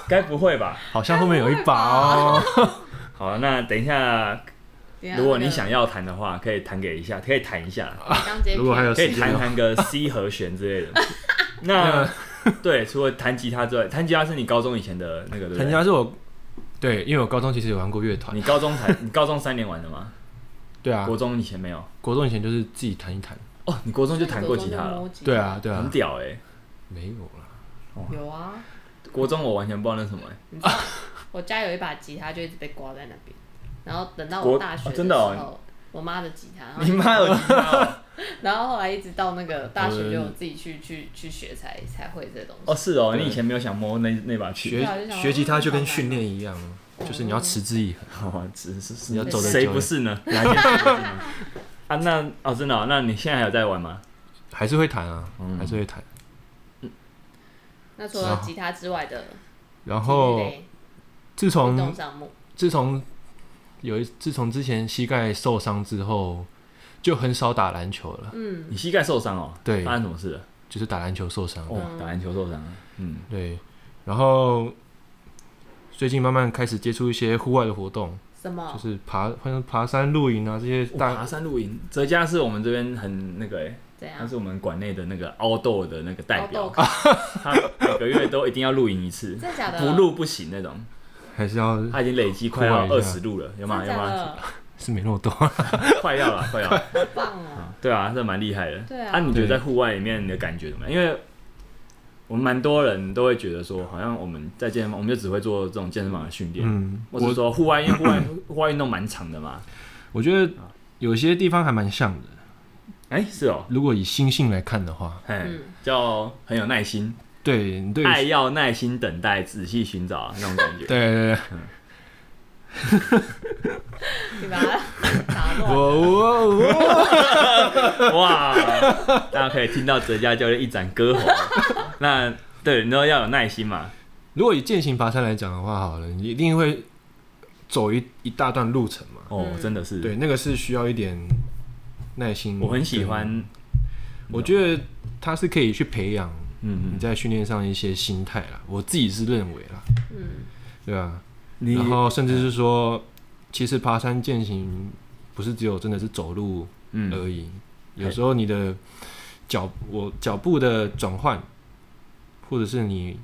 [SPEAKER 1] 该不会吧？
[SPEAKER 2] 好像后面有一把哦。
[SPEAKER 1] 好了，那等一下，
[SPEAKER 3] 等一下
[SPEAKER 1] 如果
[SPEAKER 3] 那
[SPEAKER 1] 你
[SPEAKER 3] 个
[SPEAKER 1] 想要弹的话，可以弹给一下，可以弹一下。
[SPEAKER 3] 当街
[SPEAKER 2] 如果还有
[SPEAKER 1] 可以
[SPEAKER 2] 时间
[SPEAKER 1] 弹
[SPEAKER 2] 的话，
[SPEAKER 1] 弹个 C 和弦之 类的。那对，除了弹吉他之外，弹吉他是你高中以前的那个对不对
[SPEAKER 2] 弹吉他是我对，因为我高中其实有玩过乐团
[SPEAKER 1] 你。高中才，你高中三年玩的吗？
[SPEAKER 2] 对 啊
[SPEAKER 1] 国，中以前没有
[SPEAKER 2] 嗯国中以前就是自己弹一弹。
[SPEAKER 1] 哦，你国中就弹过吉他
[SPEAKER 3] 所以你
[SPEAKER 1] 了
[SPEAKER 3] 国中就摸，吉他
[SPEAKER 2] 对啊，，对啊
[SPEAKER 1] 很，屌哎！
[SPEAKER 2] 没有啦。
[SPEAKER 3] 有啊，
[SPEAKER 1] 国中我完全不知道那什么哎，
[SPEAKER 3] 我家有一把吉他，就一直被挂在那边，然后等到
[SPEAKER 1] 国
[SPEAKER 3] 我大学
[SPEAKER 1] 哦真的哦
[SPEAKER 3] 时候，我妈的吉他，然
[SPEAKER 1] 你
[SPEAKER 3] 后
[SPEAKER 1] 妈有吉他哦
[SPEAKER 3] 然后后来一直到那个大学，就我自己去去去学才才会这东西。
[SPEAKER 1] 哦，是哦，
[SPEAKER 2] 对
[SPEAKER 1] 你以前没有想摸那那把曲，
[SPEAKER 2] 学
[SPEAKER 3] 对啊就想说
[SPEAKER 2] 学吉他就跟训练一样，就是你要持之以恒。
[SPEAKER 1] 哦，只是是
[SPEAKER 2] 啊你要走得久
[SPEAKER 1] 谁不是呢？哪一件事不是呢啊，那哦真的哦，那你现在还有在玩吗？
[SPEAKER 2] 还是会弹啊，
[SPEAKER 1] 嗯
[SPEAKER 2] 还是会弹。
[SPEAKER 3] 那除了吉他之外的
[SPEAKER 2] 然
[SPEAKER 3] 体育
[SPEAKER 2] 后
[SPEAKER 1] 哦
[SPEAKER 3] 类
[SPEAKER 2] 自
[SPEAKER 3] 运动
[SPEAKER 2] 从
[SPEAKER 3] 项目，
[SPEAKER 2] 自从有一自从之前膝盖受伤之后，就很少打篮球了，
[SPEAKER 3] 嗯，
[SPEAKER 1] 你膝盖受伤哦，
[SPEAKER 2] 对
[SPEAKER 1] 发生什么事了？
[SPEAKER 2] 就是打篮球受伤。
[SPEAKER 1] 哦，打篮球受伤了，嗯，
[SPEAKER 2] 对，然后最近慢慢开始接触一些户外的活动，
[SPEAKER 3] 什
[SPEAKER 2] 就
[SPEAKER 3] 么？
[SPEAKER 2] 是爬像爬山、露营啊这些
[SPEAKER 1] 哇
[SPEAKER 2] 大
[SPEAKER 1] 爬山露营，哲嘉是我们这边很那个哎、
[SPEAKER 3] 怎
[SPEAKER 1] 他
[SPEAKER 3] 样？
[SPEAKER 1] 是我们馆内的那个凹豆的那个代
[SPEAKER 3] 奥
[SPEAKER 1] 表
[SPEAKER 3] 啊豆，课
[SPEAKER 1] 他每个月都一定要露营一次，
[SPEAKER 3] 真的假的？
[SPEAKER 1] 不露不行那种。
[SPEAKER 2] 还是要
[SPEAKER 1] 他已经累积快要
[SPEAKER 2] 酷玩
[SPEAKER 1] 二
[SPEAKER 2] 一下
[SPEAKER 1] 十路了，有
[SPEAKER 3] 真
[SPEAKER 1] 吗？
[SPEAKER 3] 的
[SPEAKER 1] 有
[SPEAKER 3] 假
[SPEAKER 1] 吗？
[SPEAKER 3] 的？
[SPEAKER 2] 是没 那么多。
[SPEAKER 1] 快要了，快要了。
[SPEAKER 3] 好棒哦！
[SPEAKER 1] 对啊，这蛮厉害的。
[SPEAKER 3] 对啊
[SPEAKER 1] 你觉得
[SPEAKER 2] 对
[SPEAKER 1] 在户外里面你的感觉怎么样？因为我们蛮多人都会觉得说，好像我们在健身房，我们就只会做这种健身房的训练。
[SPEAKER 2] 嗯，
[SPEAKER 1] 或者
[SPEAKER 2] 我
[SPEAKER 1] 说户外，因为户外 户外运动蛮长的嘛。
[SPEAKER 2] 我觉得有些地方还蛮像的。
[SPEAKER 1] 哎、是哦，
[SPEAKER 2] 如果以心性来看的话，
[SPEAKER 1] 哎
[SPEAKER 3] 嗯，
[SPEAKER 1] 叫很有耐心，
[SPEAKER 2] 对你对于
[SPEAKER 1] 爱要耐心等待，仔细寻找那种感觉。
[SPEAKER 2] 对对对，
[SPEAKER 3] 你把它 打
[SPEAKER 2] 我
[SPEAKER 3] 乱，
[SPEAKER 2] 我 我
[SPEAKER 1] 哇，大家可以听到哲家教练一展歌 喉。那对，你说要有耐心嘛。
[SPEAKER 2] 如果以健行爬山来讲的话，好了，你一定会走一一大段路程嘛。
[SPEAKER 1] 哦，
[SPEAKER 3] 嗯
[SPEAKER 1] 真的是，
[SPEAKER 2] 对，那个是需要一点耐心。
[SPEAKER 1] 我很喜欢，
[SPEAKER 2] 对，我觉得它是可以去培养
[SPEAKER 1] 嗯
[SPEAKER 2] 你
[SPEAKER 1] 嗯，
[SPEAKER 2] 在训练上一些心态啦。我自己是认为啦，
[SPEAKER 3] 嗯，
[SPEAKER 2] 对吧、
[SPEAKER 1] 你
[SPEAKER 2] 然后甚至是说，其实爬山健行不是只有真的是走路
[SPEAKER 1] 嗯
[SPEAKER 2] 而已，有时候你的脚我脚步的转换，或者是你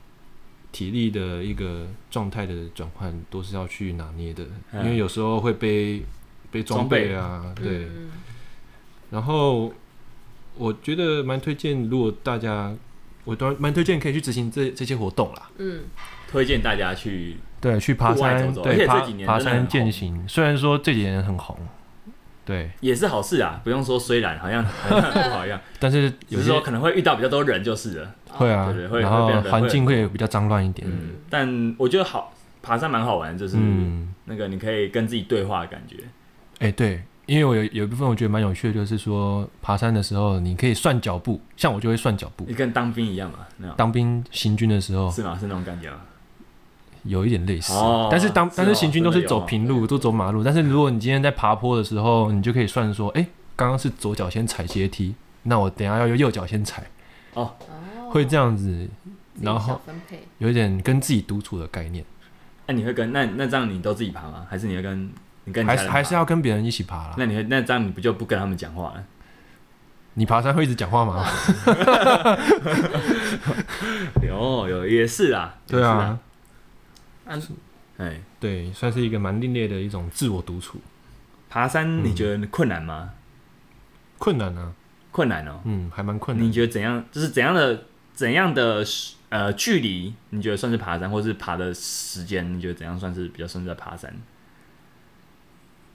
[SPEAKER 2] 体力的一个状态的转换，都是要去拿捏的，
[SPEAKER 1] 嗯
[SPEAKER 2] 因为有时候会被被装
[SPEAKER 1] 装备
[SPEAKER 2] 备啊，对。
[SPEAKER 3] 嗯，
[SPEAKER 2] 然后我觉得蛮推荐，如果大家我当然蛮推荐可以去执行这这些活动啦。
[SPEAKER 3] 嗯，
[SPEAKER 1] 推荐大家去，
[SPEAKER 2] 对，去爬
[SPEAKER 1] 户外
[SPEAKER 2] 山，
[SPEAKER 1] 走走而且
[SPEAKER 2] 对爬
[SPEAKER 1] 这几年
[SPEAKER 2] 爬
[SPEAKER 1] 真的很
[SPEAKER 2] 山
[SPEAKER 1] 红
[SPEAKER 2] 健行，虽然说这几年很红，对，
[SPEAKER 1] 也是好事啊，不用说虽然好像好像不 好一样，
[SPEAKER 2] 但是
[SPEAKER 1] 有
[SPEAKER 2] 有
[SPEAKER 1] 时候
[SPEAKER 2] 些
[SPEAKER 1] 可能会遇到比较多人就是了，
[SPEAKER 2] 会啊，
[SPEAKER 1] 对对会
[SPEAKER 2] 然
[SPEAKER 1] 会
[SPEAKER 2] 后
[SPEAKER 1] 变得
[SPEAKER 2] 环境会比较脏乱一点。
[SPEAKER 1] 嗯，但我觉得好爬山蛮好玩，就是
[SPEAKER 2] 嗯，
[SPEAKER 1] 那个你可以跟自己对话的感觉，
[SPEAKER 2] 哎、对，因为我有有一部分我觉得蛮有趣的，就是说爬山的时候你可以算脚步，像我就会算脚步。
[SPEAKER 1] 你跟当兵一样嘛，那样
[SPEAKER 2] 当兵行军的时候
[SPEAKER 1] 是吗？是那种感觉吗？
[SPEAKER 2] 有一点类似，
[SPEAKER 1] 哦
[SPEAKER 2] 但是当
[SPEAKER 1] 是哦
[SPEAKER 2] 但是行军都是走平
[SPEAKER 3] 真的
[SPEAKER 2] 路，
[SPEAKER 3] 有
[SPEAKER 2] 都走马路。但是如果你今天在爬坡的时候，你就可以算说，哎、刚刚是左脚先踩阶梯，那我等一下要用右脚先踩，
[SPEAKER 3] 哦，
[SPEAKER 2] 会这样子，
[SPEAKER 3] 自己
[SPEAKER 2] 然
[SPEAKER 3] 小
[SPEAKER 2] 后
[SPEAKER 3] 分配，
[SPEAKER 2] 有一点跟自己独处的概念。
[SPEAKER 1] 那你会跟那那这样你都自己爬吗？还是你会跟你跟你
[SPEAKER 2] 还
[SPEAKER 1] 家
[SPEAKER 2] 是
[SPEAKER 1] 人
[SPEAKER 2] 还是
[SPEAKER 1] 爬
[SPEAKER 2] 要跟别人一起爬啦。
[SPEAKER 1] 那你会那这样你不就不跟他们讲话了？
[SPEAKER 2] 你爬山会一直讲 话吗？
[SPEAKER 1] 啊有有也是啊，也
[SPEAKER 2] 对
[SPEAKER 1] 是
[SPEAKER 2] 啊
[SPEAKER 1] 啊，，嗯，哎，
[SPEAKER 2] 对，算是一个蛮另类的一种自我独处，
[SPEAKER 1] 爬山你觉得困难吗？
[SPEAKER 2] 困难啊，
[SPEAKER 1] 困难哦，
[SPEAKER 2] 嗯，还蛮困难
[SPEAKER 1] 你。觉得怎样？就是怎样的怎样的呃距离，你觉得算是爬山，或是爬的时间，你觉得怎样算是比较算是在爬山？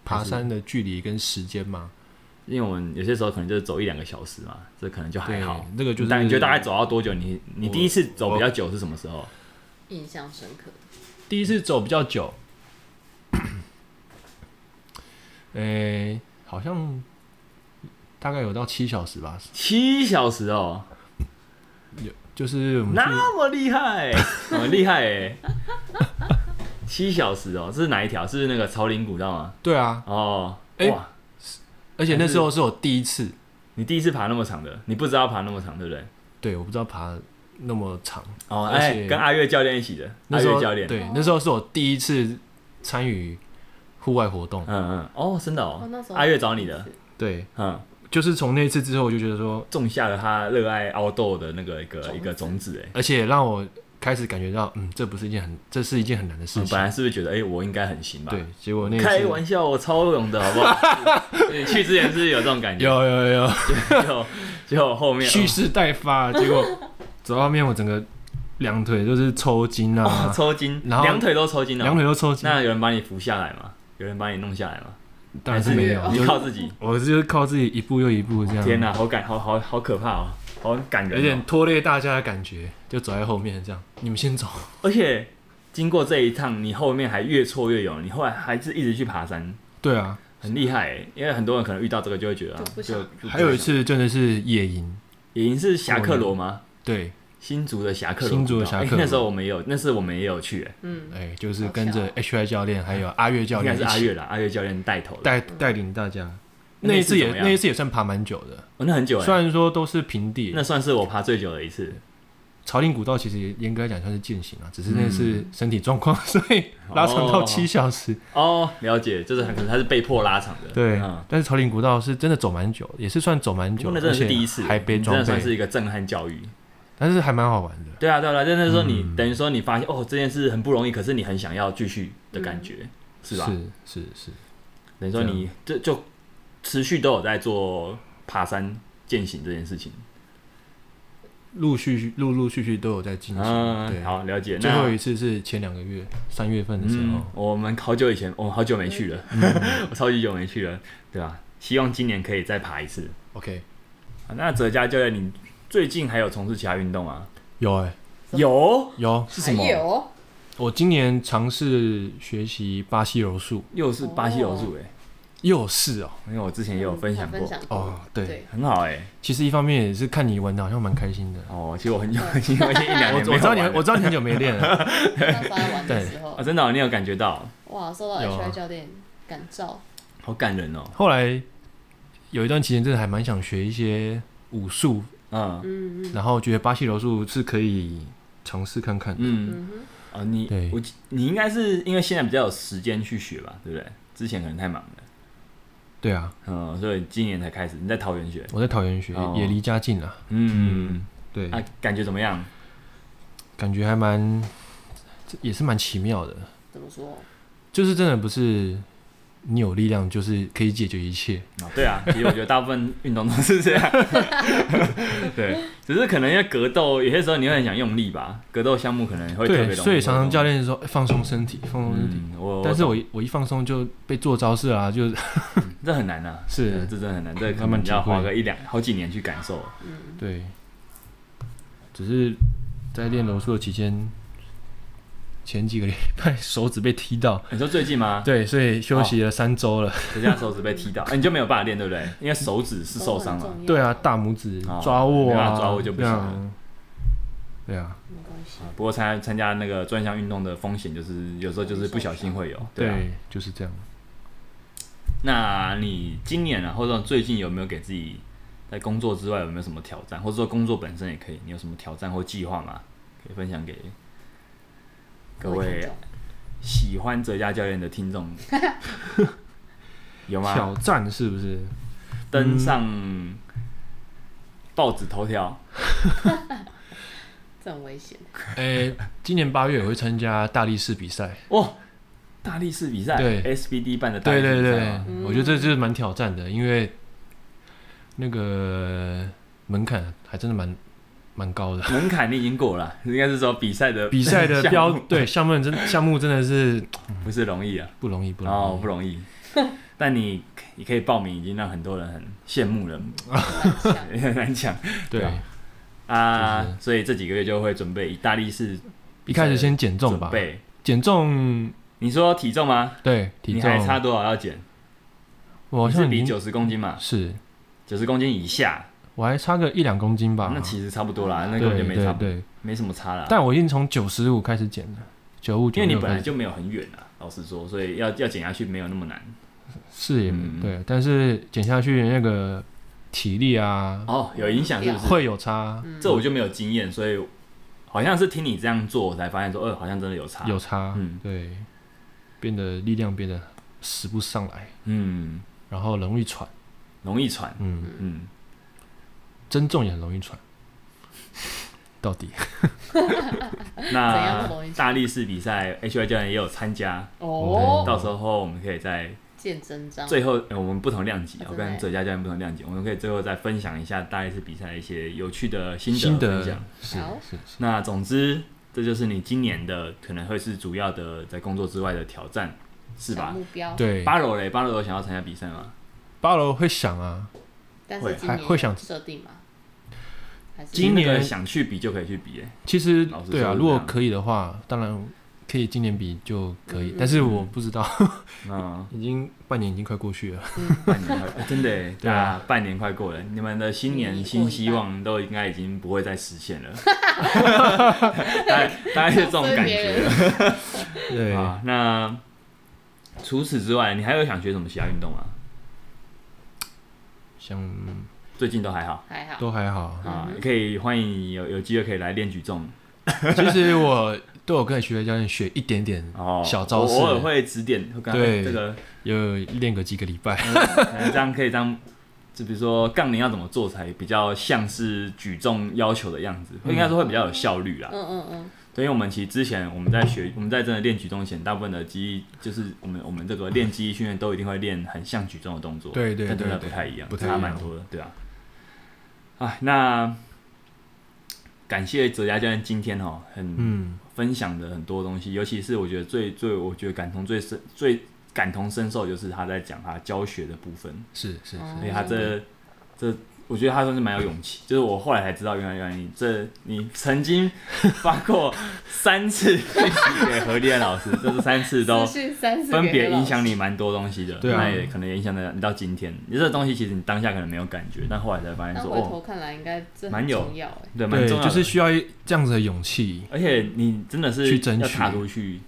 [SPEAKER 2] 爬山的距离跟时间嘛，
[SPEAKER 1] 因为我们有些时候可能就是走一两个小时嘛，这可能就还
[SPEAKER 2] 对
[SPEAKER 1] 好。，
[SPEAKER 2] 这个就是
[SPEAKER 1] 但你觉得大概走到多久？你你
[SPEAKER 2] 我
[SPEAKER 1] 第一次走比较久是什么时候？
[SPEAKER 3] 印象深刻的。
[SPEAKER 2] 第一次走比较久， 诶、好像大概有到七小时吧，
[SPEAKER 1] 七小时哦，
[SPEAKER 2] 就是我们去
[SPEAKER 1] 那么厉害， 很厉害哎！七小时哦，这是哪一条？是那个朝林古道吗？
[SPEAKER 2] 对啊，
[SPEAKER 1] 哦，
[SPEAKER 2] 哎
[SPEAKER 1] 哇，
[SPEAKER 2] 而且那时候是我第一次，
[SPEAKER 1] 你第一次爬那么长的，你不知道爬那么长，对不对？
[SPEAKER 2] 对，我不知道爬那么长，
[SPEAKER 1] 哦，
[SPEAKER 2] 而
[SPEAKER 1] 哎、
[SPEAKER 2] 且
[SPEAKER 1] 跟阿月教练一起的，
[SPEAKER 2] 那
[SPEAKER 1] 阿
[SPEAKER 2] 时候
[SPEAKER 1] 月教练，，
[SPEAKER 2] 对
[SPEAKER 3] 哦，
[SPEAKER 2] 那时候是我第一次参与户外活动，
[SPEAKER 1] 嗯嗯，哦，真的哦，
[SPEAKER 3] 哦，那时候
[SPEAKER 1] 阿月找你的，
[SPEAKER 2] 对，
[SPEAKER 1] 嗯，
[SPEAKER 2] 就是从那一次之后，我就觉得说，
[SPEAKER 1] 种下了他热爱凹豆的那个一个
[SPEAKER 3] 种子
[SPEAKER 1] 一个种子，哎，
[SPEAKER 2] 而且让我开始感觉到，嗯，这不是一件很，这是一件很难的事
[SPEAKER 1] 嗯本
[SPEAKER 2] 情，
[SPEAKER 1] 来是不是觉得，哎、我应该很行吧？
[SPEAKER 2] 对，，结果那一
[SPEAKER 1] 开
[SPEAKER 2] 次
[SPEAKER 1] 玩笑，我超勇的好不好？ 你去之前是不是有这种感觉，
[SPEAKER 2] 有有有。
[SPEAKER 1] 就就后面
[SPEAKER 2] 蓄势待发，结果走到后面我整个两腿就是抽筋
[SPEAKER 1] 哦
[SPEAKER 2] 啊，
[SPEAKER 1] 抽筋，
[SPEAKER 2] 然后
[SPEAKER 1] 两腿都抽筋了，
[SPEAKER 2] 两腿都抽筋，
[SPEAKER 1] 那有人把你扶下来吗？有人把你弄下来吗？
[SPEAKER 2] 当然是没
[SPEAKER 3] 还
[SPEAKER 2] 有，
[SPEAKER 1] 你
[SPEAKER 2] 就是
[SPEAKER 1] 靠自己，
[SPEAKER 2] 我就是靠自己一步又一步这样，
[SPEAKER 1] 天哪、好感，好好好可怕哦，好感人、哦，
[SPEAKER 2] 有点拖累大家的感觉，就走在后面这样，你们先走，
[SPEAKER 1] 而且经过这一趟，你后面还越挫越勇，你后来还是一直去爬山，
[SPEAKER 2] 对啊，
[SPEAKER 1] 很厉害欸。因为很多人可能遇到这个就会觉得、啊
[SPEAKER 3] 就、不
[SPEAKER 1] 就
[SPEAKER 3] 想
[SPEAKER 1] 就
[SPEAKER 2] 还有一次真的是夜营，
[SPEAKER 1] 野营是侠客罗吗？
[SPEAKER 2] 对，
[SPEAKER 1] 新竹的侠客罗古道，
[SPEAKER 2] 新竹的侠客
[SPEAKER 1] 欸
[SPEAKER 2] 罗
[SPEAKER 1] 那时候我们也有，那次我们也有去、欸，
[SPEAKER 3] 嗯，
[SPEAKER 2] 哎，就是跟着 HY 教练还有阿月教
[SPEAKER 1] 应该
[SPEAKER 2] 练
[SPEAKER 1] 是
[SPEAKER 2] 一
[SPEAKER 1] 阿
[SPEAKER 2] 起
[SPEAKER 1] 月啦，阿月教练带头的。
[SPEAKER 2] 带带领大家，
[SPEAKER 1] 那
[SPEAKER 2] 那
[SPEAKER 1] 一
[SPEAKER 2] 一
[SPEAKER 1] 次
[SPEAKER 2] 次也
[SPEAKER 1] 怎么样
[SPEAKER 2] 那一次也算爬蛮久的，
[SPEAKER 1] 哦，那很久哎、
[SPEAKER 2] 虽然说都是平地，
[SPEAKER 1] 那算是我爬最久的一次。
[SPEAKER 2] 朝林古道其实严格来讲算是践行啊，只是那是身体状况， 所以拉长到
[SPEAKER 1] 嗯哦
[SPEAKER 2] 七小时。
[SPEAKER 1] 哦，了解，就是很可能他是被迫拉长的。
[SPEAKER 2] 对，
[SPEAKER 1] 嗯，
[SPEAKER 2] 但是朝林古道是真的走蛮久，也是算走蛮
[SPEAKER 1] 不过
[SPEAKER 2] 久，
[SPEAKER 1] 那真的
[SPEAKER 2] 而且
[SPEAKER 1] 是第一次，
[SPEAKER 2] 还背
[SPEAKER 1] 你
[SPEAKER 2] 装
[SPEAKER 1] 真的算是
[SPEAKER 2] 备，
[SPEAKER 1] 一个震撼教育。
[SPEAKER 2] 但是还蛮好玩的。
[SPEAKER 1] 对啊，对啊，对啊但那时候
[SPEAKER 2] 嗯
[SPEAKER 1] 你、等于说你发现哦，这件事很不容易，可是你很想要继续的感觉，是吧？
[SPEAKER 2] 嗯是是
[SPEAKER 1] 等于
[SPEAKER 2] 啊
[SPEAKER 1] 说你这就持续都有在做爬山践行这件事情。
[SPEAKER 2] 陆续陆陆续续都有在进行。
[SPEAKER 1] 嗯，
[SPEAKER 2] 对，
[SPEAKER 1] 好，了解。
[SPEAKER 2] 最后
[SPEAKER 1] 那
[SPEAKER 2] 一次是前两个月三月份的时
[SPEAKER 1] 嗯
[SPEAKER 2] 候，，嗯
[SPEAKER 1] 我们好久以前，我们好久没去了， 我超级久没去了，对吧、希望今年可以再爬一次。
[SPEAKER 2] ，OK，
[SPEAKER 1] 好那哲佳教练，你最近还有从事其他运动吗？
[SPEAKER 2] 有哎
[SPEAKER 1] 有
[SPEAKER 2] 有，
[SPEAKER 1] 是什么
[SPEAKER 3] 还？有
[SPEAKER 2] 我今年尝试学习巴西柔术，
[SPEAKER 1] 又是巴西柔术哎，
[SPEAKER 2] 又是哦
[SPEAKER 1] 因为我之前也有分享过，
[SPEAKER 3] 嗯分享过
[SPEAKER 2] 哦，对，
[SPEAKER 3] 对，
[SPEAKER 1] 很好哎、
[SPEAKER 2] 其实一方面也是看你玩的好像蛮开心的。
[SPEAKER 1] 哦，其实我很久已经我已经一两年
[SPEAKER 2] 我
[SPEAKER 1] 没有
[SPEAKER 2] 我知道你
[SPEAKER 1] 玩了
[SPEAKER 2] 我知道你很久没练了，
[SPEAKER 3] 那时候在玩的时候
[SPEAKER 1] 啊，，真的哦、你有感觉到，
[SPEAKER 3] 哇，受到
[SPEAKER 2] 有啊
[SPEAKER 3] HI 教练感召，
[SPEAKER 1] 好感人哦。
[SPEAKER 2] 后来有一段期间真的还蛮想学一些武术
[SPEAKER 1] 嗯
[SPEAKER 3] 嗯嗯
[SPEAKER 2] 然后觉得巴西柔术是可以尝试看看。
[SPEAKER 1] 嗯，
[SPEAKER 3] 嗯哼，
[SPEAKER 1] 啊，你
[SPEAKER 2] 对
[SPEAKER 1] 我记你应该是因为现在比较有时间去学吧，对不对？之前可能太忙了，
[SPEAKER 2] 对啊，
[SPEAKER 1] 嗯，所以今年才开始。你在桃园学，
[SPEAKER 2] 我在桃园学，
[SPEAKER 1] 哦
[SPEAKER 2] 也离家近了。
[SPEAKER 1] 嗯，
[SPEAKER 2] 啊对，
[SPEAKER 1] 啊，感觉怎么样？
[SPEAKER 2] 感觉还蛮，这也是蛮奇妙的，
[SPEAKER 3] 怎么说？
[SPEAKER 2] 就是真的不是你有力量就是可以解决一切。
[SPEAKER 1] 啊对啊，其实我觉得大部分运动都是这样， 对，只是可能因为格斗，有些时候你会很想用力吧，格斗项目可能会特别容易
[SPEAKER 2] 对，所以常常
[SPEAKER 1] 用
[SPEAKER 2] 教练说、哎放松身体，放松身体。
[SPEAKER 1] 嗯，我
[SPEAKER 2] 但是
[SPEAKER 1] 我
[SPEAKER 2] 我一我一放松就被做招式啊，就是
[SPEAKER 1] 这很难啊，
[SPEAKER 2] 是
[SPEAKER 1] 对 这真的很难，这可
[SPEAKER 2] 慢慢
[SPEAKER 1] 能
[SPEAKER 2] 体
[SPEAKER 1] 要花
[SPEAKER 2] 会
[SPEAKER 1] 个一两好几年去感受。
[SPEAKER 3] 嗯，
[SPEAKER 2] 对，只是在练柔术的期间，前几个礼拜手指被踢到，哦
[SPEAKER 1] 你说最近吗？
[SPEAKER 2] 对，所以休息了三周了。
[SPEAKER 1] 人家手指被踢到，哎，你就没有办法练，对不对？因为手指是受伤
[SPEAKER 3] 都
[SPEAKER 1] 了
[SPEAKER 3] 很。重要
[SPEAKER 2] 对啊，大拇指
[SPEAKER 1] 哦
[SPEAKER 2] 抓握
[SPEAKER 1] 没办
[SPEAKER 2] 啊，
[SPEAKER 1] 法抓握就不行了
[SPEAKER 2] 这样。对啊，
[SPEAKER 3] 没关系，
[SPEAKER 1] 不过参参加那个专项运动的风险就是有时候就是不小心会有。
[SPEAKER 2] 对，
[SPEAKER 1] 啊。
[SPEAKER 2] 就是这样。
[SPEAKER 1] 那你今年啊，或者说最近有没有给自己在工作之外有没有什么挑战，或者说工作本身也可以，你有什么挑战或计划吗？可以分享给各
[SPEAKER 3] 各位
[SPEAKER 1] 位
[SPEAKER 3] 听众
[SPEAKER 1] 喜欢哲家教练的听 众有吗？
[SPEAKER 2] 挑战是不 是？
[SPEAKER 1] 登上报纸头条，
[SPEAKER 3] 这很 危险。
[SPEAKER 2] 诶、哎今年八月我会参加大力士比赛，
[SPEAKER 1] 哇、大力士比赛，
[SPEAKER 2] 对
[SPEAKER 1] ，SBD 办的大力
[SPEAKER 2] 对
[SPEAKER 1] 士
[SPEAKER 2] 对
[SPEAKER 1] 比赛
[SPEAKER 2] 对
[SPEAKER 1] 吗，
[SPEAKER 3] 嗯
[SPEAKER 2] 我觉得这就是蛮挑战的，因为那个门槛还真的蛮蛮高的。
[SPEAKER 1] 门槛你已经过了，应该是说比赛的
[SPEAKER 2] 比赛的
[SPEAKER 1] 项
[SPEAKER 2] 标
[SPEAKER 1] 目
[SPEAKER 2] 对项目真 项目真的是
[SPEAKER 1] 不是容易啊，
[SPEAKER 2] 不容易，不
[SPEAKER 1] 哦
[SPEAKER 2] 容易。
[SPEAKER 1] 不容 易。但你你可以报名，已经让很多人很羡慕了，
[SPEAKER 3] 蛮像
[SPEAKER 1] 很难讲
[SPEAKER 2] 对，
[SPEAKER 1] 对啊
[SPEAKER 2] 就。是
[SPEAKER 1] 所以这几个月就会准备以大力士
[SPEAKER 2] 一开始先减重
[SPEAKER 1] 准
[SPEAKER 2] 吧，
[SPEAKER 1] 备。
[SPEAKER 2] 减重
[SPEAKER 1] 你说体重吗？
[SPEAKER 2] 对体
[SPEAKER 1] 你还差
[SPEAKER 2] 重，
[SPEAKER 1] 多少要减？
[SPEAKER 2] 我好
[SPEAKER 1] 你是
[SPEAKER 2] 像
[SPEAKER 1] 比
[SPEAKER 2] 已经
[SPEAKER 1] 九十公斤嘛，
[SPEAKER 2] 是，
[SPEAKER 1] 九十公斤以下，
[SPEAKER 2] 我还差个一两公斤吧。
[SPEAKER 1] 那其实差不多啦，那
[SPEAKER 2] 啊对
[SPEAKER 1] 根本就没差
[SPEAKER 2] 对
[SPEAKER 1] 不，
[SPEAKER 2] 对，
[SPEAKER 1] 没什么差啦。
[SPEAKER 2] 但我已经从九十五开始减了，九五
[SPEAKER 1] 因
[SPEAKER 2] 九
[SPEAKER 1] 为你
[SPEAKER 2] 六
[SPEAKER 1] 本
[SPEAKER 2] 开
[SPEAKER 1] 来
[SPEAKER 2] 始
[SPEAKER 1] 就没有很远啊，老实说，所以要要减下去没有那么难。
[SPEAKER 2] 是也、
[SPEAKER 1] 嗯
[SPEAKER 2] 对，但是减下去那个体力啊、
[SPEAKER 1] 哦，有影响是不是？嗯
[SPEAKER 2] 会有差，
[SPEAKER 1] 这我就没有经验，所以好像是听你这样做，我才发现说，呃，好像真的有差。
[SPEAKER 2] 有，差，
[SPEAKER 1] 嗯
[SPEAKER 2] 对，变得力量变得使不上来，
[SPEAKER 1] 嗯，
[SPEAKER 2] 然后容易喘，
[SPEAKER 1] 容易喘，
[SPEAKER 2] 嗯，
[SPEAKER 1] 嗯，
[SPEAKER 2] 增重也很容易 喘。到底
[SPEAKER 3] 怎样容 易
[SPEAKER 1] 那
[SPEAKER 3] 喘
[SPEAKER 1] 大力士比赛，H Y 教练也有参加，
[SPEAKER 3] 哦，
[SPEAKER 1] 到时候我们可以在
[SPEAKER 3] 见真章。
[SPEAKER 1] 最后，呃我们不同量级，
[SPEAKER 3] 啊
[SPEAKER 1] 我
[SPEAKER 3] 真的
[SPEAKER 1] 跟
[SPEAKER 3] 耶
[SPEAKER 1] 哲家教练不同量级，我们可以最后再分享一下大力士比赛的一些有趣的心
[SPEAKER 2] 新
[SPEAKER 1] 得分享
[SPEAKER 2] 的。是
[SPEAKER 3] 好
[SPEAKER 2] 是是，
[SPEAKER 1] 那总之，这就是你今年的可能会是主要的在工作之外的挑战，是
[SPEAKER 3] 小
[SPEAKER 1] 吧？
[SPEAKER 3] 目标，
[SPEAKER 2] 对，
[SPEAKER 1] 八楼嘞，八楼有想要参加比赛吗？
[SPEAKER 2] 八楼会想啊，
[SPEAKER 3] 但
[SPEAKER 1] 会
[SPEAKER 3] 是今
[SPEAKER 2] 还
[SPEAKER 3] 年
[SPEAKER 2] 会
[SPEAKER 3] 有
[SPEAKER 2] 想
[SPEAKER 3] 设定吗？还是
[SPEAKER 2] 今
[SPEAKER 1] 那个
[SPEAKER 2] 年
[SPEAKER 1] 想去比就可以去比、欸，
[SPEAKER 2] 其实
[SPEAKER 1] 老实
[SPEAKER 2] 对
[SPEAKER 1] 说
[SPEAKER 2] 啊，
[SPEAKER 1] 是
[SPEAKER 2] 如
[SPEAKER 1] 这
[SPEAKER 2] 果
[SPEAKER 1] 样
[SPEAKER 2] 可以的话，当然可以今年比就可以，
[SPEAKER 3] 嗯
[SPEAKER 2] 但是我不知道，
[SPEAKER 1] 嗯，
[SPEAKER 2] 已经半年已经快过去了，
[SPEAKER 1] 半年 快、欸真的、欸，
[SPEAKER 2] 对啊
[SPEAKER 1] 大家半年快过了，你们的新年新希望都应该已经不会再实现 了，大概大概是这种感
[SPEAKER 3] 别
[SPEAKER 1] 觉
[SPEAKER 3] 人
[SPEAKER 2] 对，
[SPEAKER 1] 啊。那除此之外，你还有想学什么其他运动吗？
[SPEAKER 2] 像
[SPEAKER 1] 最近都还好
[SPEAKER 3] 还好，
[SPEAKER 2] 都还好。
[SPEAKER 1] 啊，可以欢迎你有有机会可以来练举重
[SPEAKER 2] 其实我都有跟徐学教练学一点点
[SPEAKER 1] 哦，
[SPEAKER 2] 小招式，
[SPEAKER 1] 我偶尔会指点，会跟他
[SPEAKER 2] 对
[SPEAKER 1] 这个
[SPEAKER 2] 有练个几个礼拜。
[SPEAKER 1] 可能这样可以这样，就比如说杠铃要怎么做才比较像是举重要求的样子，
[SPEAKER 2] 嗯
[SPEAKER 1] 应该说会比较有效率啦
[SPEAKER 3] 嗯。嗯嗯，
[SPEAKER 1] 对，因为我们其实之前我们在学，我们在真的练举重前，大部分的肌力就是我们我们这个练肌力训练都一定会练很像举重的动作，
[SPEAKER 2] 对对
[SPEAKER 1] 但真的
[SPEAKER 2] 对
[SPEAKER 1] 不太一样，
[SPEAKER 2] 不太一
[SPEAKER 1] 差
[SPEAKER 2] 样
[SPEAKER 1] 蛮多的，对啊。哎，那感谢哲佳教练今天哦，很、
[SPEAKER 2] 嗯，
[SPEAKER 1] 分享的很多东西，尤其是我觉得最最我觉得感同最深最感同身受，就是他在讲他教学的部分。
[SPEAKER 2] 是是
[SPEAKER 3] 哦
[SPEAKER 2] 是，
[SPEAKER 1] 所以他这这，我觉得他算是蛮有勇气。就是我后来才知道，原来原来你这你曾经发过三次讯息给何立安老师，这是三次都
[SPEAKER 3] 资讯三十
[SPEAKER 1] 分别影响
[SPEAKER 3] 你，
[SPEAKER 1] 你蛮多东西的，
[SPEAKER 2] 对啊
[SPEAKER 1] 那也可能也影响到你到今天。你这东西其实你当下可能没有感觉，但后来才发现
[SPEAKER 3] 但
[SPEAKER 1] 说
[SPEAKER 3] 回
[SPEAKER 1] 哦，
[SPEAKER 3] 头看来应该这
[SPEAKER 1] 蛮
[SPEAKER 3] 很
[SPEAKER 1] 有
[SPEAKER 3] 重要哎，
[SPEAKER 1] 对，蛮
[SPEAKER 2] 对，
[SPEAKER 1] 重要的。
[SPEAKER 2] 就是需要一这样子的勇气。
[SPEAKER 1] 而且你真的是
[SPEAKER 2] 去争
[SPEAKER 1] 要
[SPEAKER 2] 取
[SPEAKER 1] 踏出去，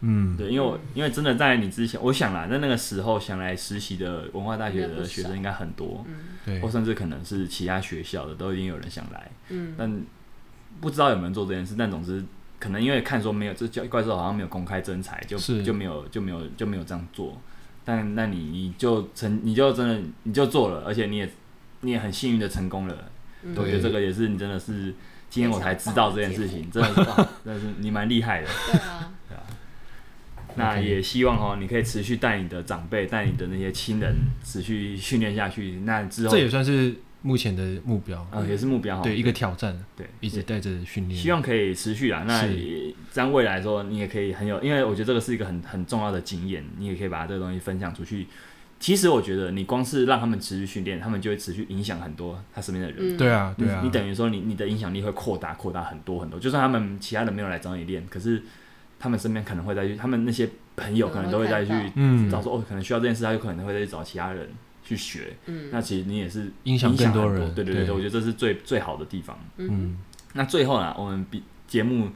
[SPEAKER 2] 嗯，
[SPEAKER 1] 对，因为我因为真的在你之前，我想啦，在那个时候想来实习的文化大学
[SPEAKER 3] 应该
[SPEAKER 1] 的
[SPEAKER 3] 不
[SPEAKER 1] 学
[SPEAKER 3] 少
[SPEAKER 1] 生应该很多，
[SPEAKER 3] 嗯
[SPEAKER 2] 对
[SPEAKER 1] 或，甚至可能是其他学校的都已经有人想来，
[SPEAKER 3] 嗯，
[SPEAKER 1] 但不知道有没有人做这件事。但总之，可能因为看说没有，这教怪兽好像没有公开征才，就是就没有就没有就没有这样做。但那你你就成你就真的你就做了，而且你也你也很幸运的成功了。
[SPEAKER 3] 嗯
[SPEAKER 1] 我觉得这个也是你真的是今天我才知道这件 事情，真的是哇真的是你蛮厉害的。
[SPEAKER 3] 对啊，
[SPEAKER 1] 那
[SPEAKER 2] OK
[SPEAKER 1] 也希望哦，你可以持续带你的长辈、带你的那些亲人持续训练下去。那之后
[SPEAKER 2] 这也算是目前的目标，
[SPEAKER 1] 呃也是目标哈，
[SPEAKER 2] 对一个挑战，
[SPEAKER 1] 对，
[SPEAKER 2] 一直带着训练。
[SPEAKER 1] 希望可以持续啦。那
[SPEAKER 2] 嗯是
[SPEAKER 1] 也这样未来说，你也可以很有，因为我觉得这个是一个很很重要的经验，你也可以把这个东西分享出去。其实我觉得你光是让他们持续训练，他们就会持续影响很多他身边的人。
[SPEAKER 3] 嗯
[SPEAKER 2] 对啊，对啊，
[SPEAKER 1] 你你等于说你你的影响力会扩大扩大很多很多，就算他们其他人没有来找你练，可是他们身边可能会再去，他们那些朋友可能都会再去
[SPEAKER 3] 可能会看
[SPEAKER 2] 嗯
[SPEAKER 1] 找，说哦，可能需要这件事，他就可能会再去找其他人去学。
[SPEAKER 3] 嗯
[SPEAKER 1] 那其实你也是
[SPEAKER 2] 影响更
[SPEAKER 1] 很多
[SPEAKER 2] 人，
[SPEAKER 1] 对对对，对我觉得这是最最好的地方。
[SPEAKER 3] 嗯
[SPEAKER 2] 嗯，
[SPEAKER 1] 那最后呢，我们比节目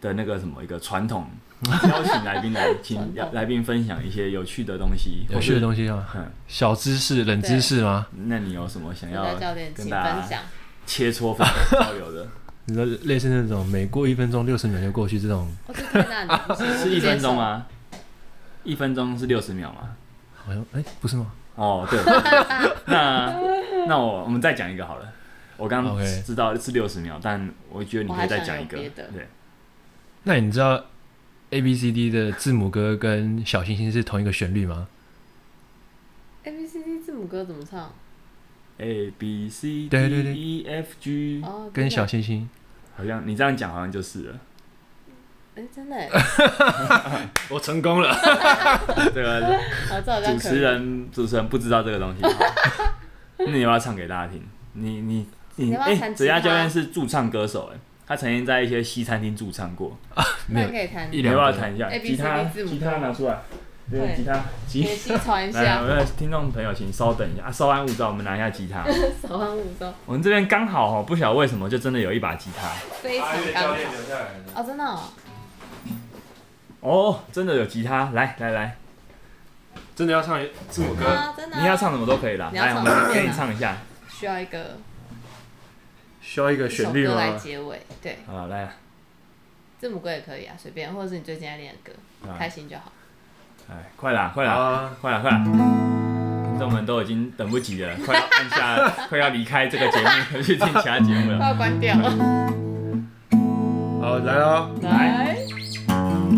[SPEAKER 1] 的那个什么一个传统，邀请来宾来请
[SPEAKER 3] 传统
[SPEAKER 1] 来宾分享一些有趣的东西，
[SPEAKER 2] 有趣的
[SPEAKER 1] 西。
[SPEAKER 2] 东西啊，
[SPEAKER 1] 嗯，
[SPEAKER 2] 小知识、冷知识吗？
[SPEAKER 1] 那你有什么想
[SPEAKER 3] 哼，大
[SPEAKER 1] 要
[SPEAKER 3] 家教练
[SPEAKER 1] 跟
[SPEAKER 3] 请
[SPEAKER 1] 大家
[SPEAKER 3] 分享，
[SPEAKER 1] 切磋分享交流的？
[SPEAKER 2] 你说类似那种每过一分钟六十秒就过去这种，
[SPEAKER 3] 我这太难了，
[SPEAKER 1] 是一分钟？吗？一分钟是六十秒吗？
[SPEAKER 2] 好像哎、不是吗？
[SPEAKER 1] 哦，对，那那我我们再讲一个好了。我刚
[SPEAKER 2] OK
[SPEAKER 1] 知道是六十秒，但我觉得你可以再讲一个。
[SPEAKER 3] 我还想有别的
[SPEAKER 1] 对，
[SPEAKER 2] 那你知道 A B C D 的字母歌跟小星星是同一个旋律吗？
[SPEAKER 3] A B C D 字母歌怎么唱？
[SPEAKER 1] A B C
[SPEAKER 2] 对对对
[SPEAKER 1] D E F G，
[SPEAKER 3] 哦，
[SPEAKER 2] 跟
[SPEAKER 3] 真的
[SPEAKER 2] 小星星，
[SPEAKER 1] 好像你这样讲好像就是了。
[SPEAKER 3] 哎，真的耶，
[SPEAKER 2] 我成功了。
[SPEAKER 1] 这个
[SPEAKER 3] 好，这好像
[SPEAKER 1] 主
[SPEAKER 3] 可
[SPEAKER 1] 持
[SPEAKER 3] 以。
[SPEAKER 1] 人主持人不知道这个东 西，好那你要不要唱给大家听？你你
[SPEAKER 3] 你
[SPEAKER 1] 你，
[SPEAKER 3] 要不要弹
[SPEAKER 1] 哎，
[SPEAKER 3] 吉
[SPEAKER 1] 哲
[SPEAKER 3] 他
[SPEAKER 1] 嘉教练是驻唱歌手，哎，他曾经在一些西餐厅驻唱过。
[SPEAKER 2] 没
[SPEAKER 3] 那
[SPEAKER 2] 有
[SPEAKER 3] 你可以弹
[SPEAKER 2] 一
[SPEAKER 1] 你要
[SPEAKER 2] 两
[SPEAKER 1] 不要
[SPEAKER 2] 个
[SPEAKER 1] 弹一下
[SPEAKER 3] A B
[SPEAKER 1] 吉他？
[SPEAKER 3] C D 字母
[SPEAKER 1] 吉他拿出来，对，
[SPEAKER 3] 对
[SPEAKER 1] 吉他，吉
[SPEAKER 3] 学习传一
[SPEAKER 1] 来，
[SPEAKER 3] 下
[SPEAKER 1] 我，们听众朋友，请稍等一下，啊稍安勿躁，我们拿一下吉 他。
[SPEAKER 3] 手腕舞动，
[SPEAKER 1] 我们这边刚好哦，不晓得为什么就真的有一把吉他
[SPEAKER 3] 非常刚好。哦，真的哦，
[SPEAKER 1] 哦，真的有吉他。来来来，
[SPEAKER 2] 真的要唱字母歌，
[SPEAKER 3] 啊，真的啊。
[SPEAKER 1] 你要唱什么都可以啦。
[SPEAKER 3] 你要
[SPEAKER 1] 来，我
[SPEAKER 3] 唱啊
[SPEAKER 1] 们
[SPEAKER 3] 什么
[SPEAKER 1] 给你唱一下。
[SPEAKER 3] 需要一个
[SPEAKER 2] 需要一个
[SPEAKER 3] 一首
[SPEAKER 2] 旋律
[SPEAKER 3] 歌来
[SPEAKER 2] 吗？
[SPEAKER 3] 结尾，对，
[SPEAKER 1] 好，来啊，
[SPEAKER 3] 字母歌也可以啊，随便，或者是你最近在练的歌，
[SPEAKER 1] 啊
[SPEAKER 3] 开心就好。
[SPEAKER 1] 来，快啦，快啦，
[SPEAKER 2] 啊，
[SPEAKER 1] 快啦，快啦！听众们都已经等不 及了，快要按下，快要离开这个节目，去听其他节目
[SPEAKER 3] 不
[SPEAKER 1] 了。
[SPEAKER 3] 要关掉，
[SPEAKER 2] 好来喽。
[SPEAKER 3] 哎啊来，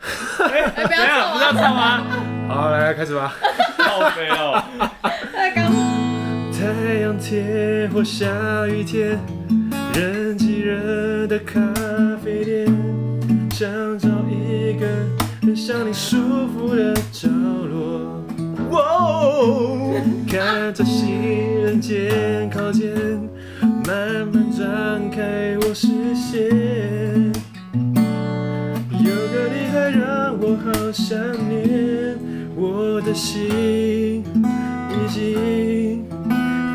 [SPEAKER 3] 哎，不
[SPEAKER 1] 等一下，
[SPEAKER 3] 要
[SPEAKER 1] 不是要
[SPEAKER 3] 走啊！
[SPEAKER 1] 唱吗？
[SPEAKER 2] 好，来开始吧。
[SPEAKER 1] 好肥哦！
[SPEAKER 3] 他哎刚
[SPEAKER 2] 太阳天或下雨天，人挤人的咖啡店，想找一个能像你舒服的角落。哇哦，看着行人间靠近，慢慢张开我视线，有个女孩让我好想念，我的心已经。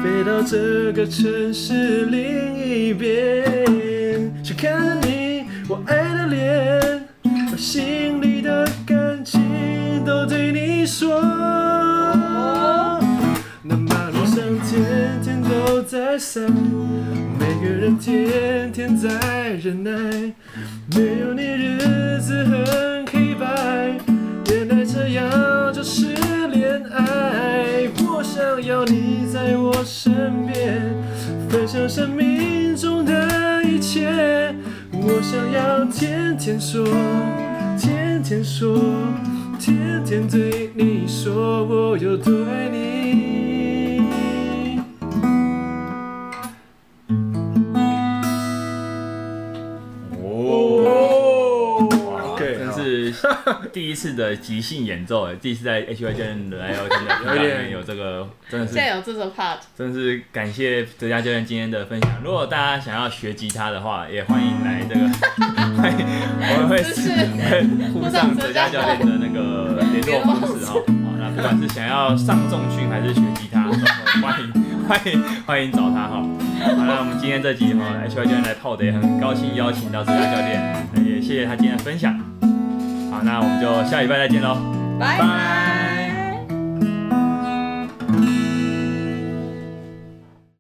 [SPEAKER 2] 飞到这个城市另一边，想看着你我爱的脸，把心里的感情都对你说。那马路上天天都在塞，每个人天天在忍耐，没有你日子很黑白。原来这样就是恋爱。我想要你在我身边，分享生命中的一切。我想要天天说，天天说，天天对你说我有多爱你。
[SPEAKER 1] 哦，哇
[SPEAKER 2] OK，
[SPEAKER 1] 真是第一次的即兴演奏，哎，第一次在 H Y 教练的 L T 的频道里面 有这个，真的
[SPEAKER 3] 现
[SPEAKER 1] 是
[SPEAKER 3] 在有这首 part，
[SPEAKER 1] 真是感谢哲嘉教练今天的分享。如果大家想要学吉他的话，也欢迎来这 个，欢迎我们会
[SPEAKER 3] 这是
[SPEAKER 1] 会附上哲嘉教练的那 个联络方式哦哈。好，那不管是想要上重训还是学吉他，欢迎 欢迎欢迎找他哈。好了，那我们今天这集哈，H Y 教练来泡的也很高兴邀请到哲嘉教练，也谢谢他今天的分享。好，那我们就下礼拜再见喽，
[SPEAKER 3] 拜
[SPEAKER 1] 拜。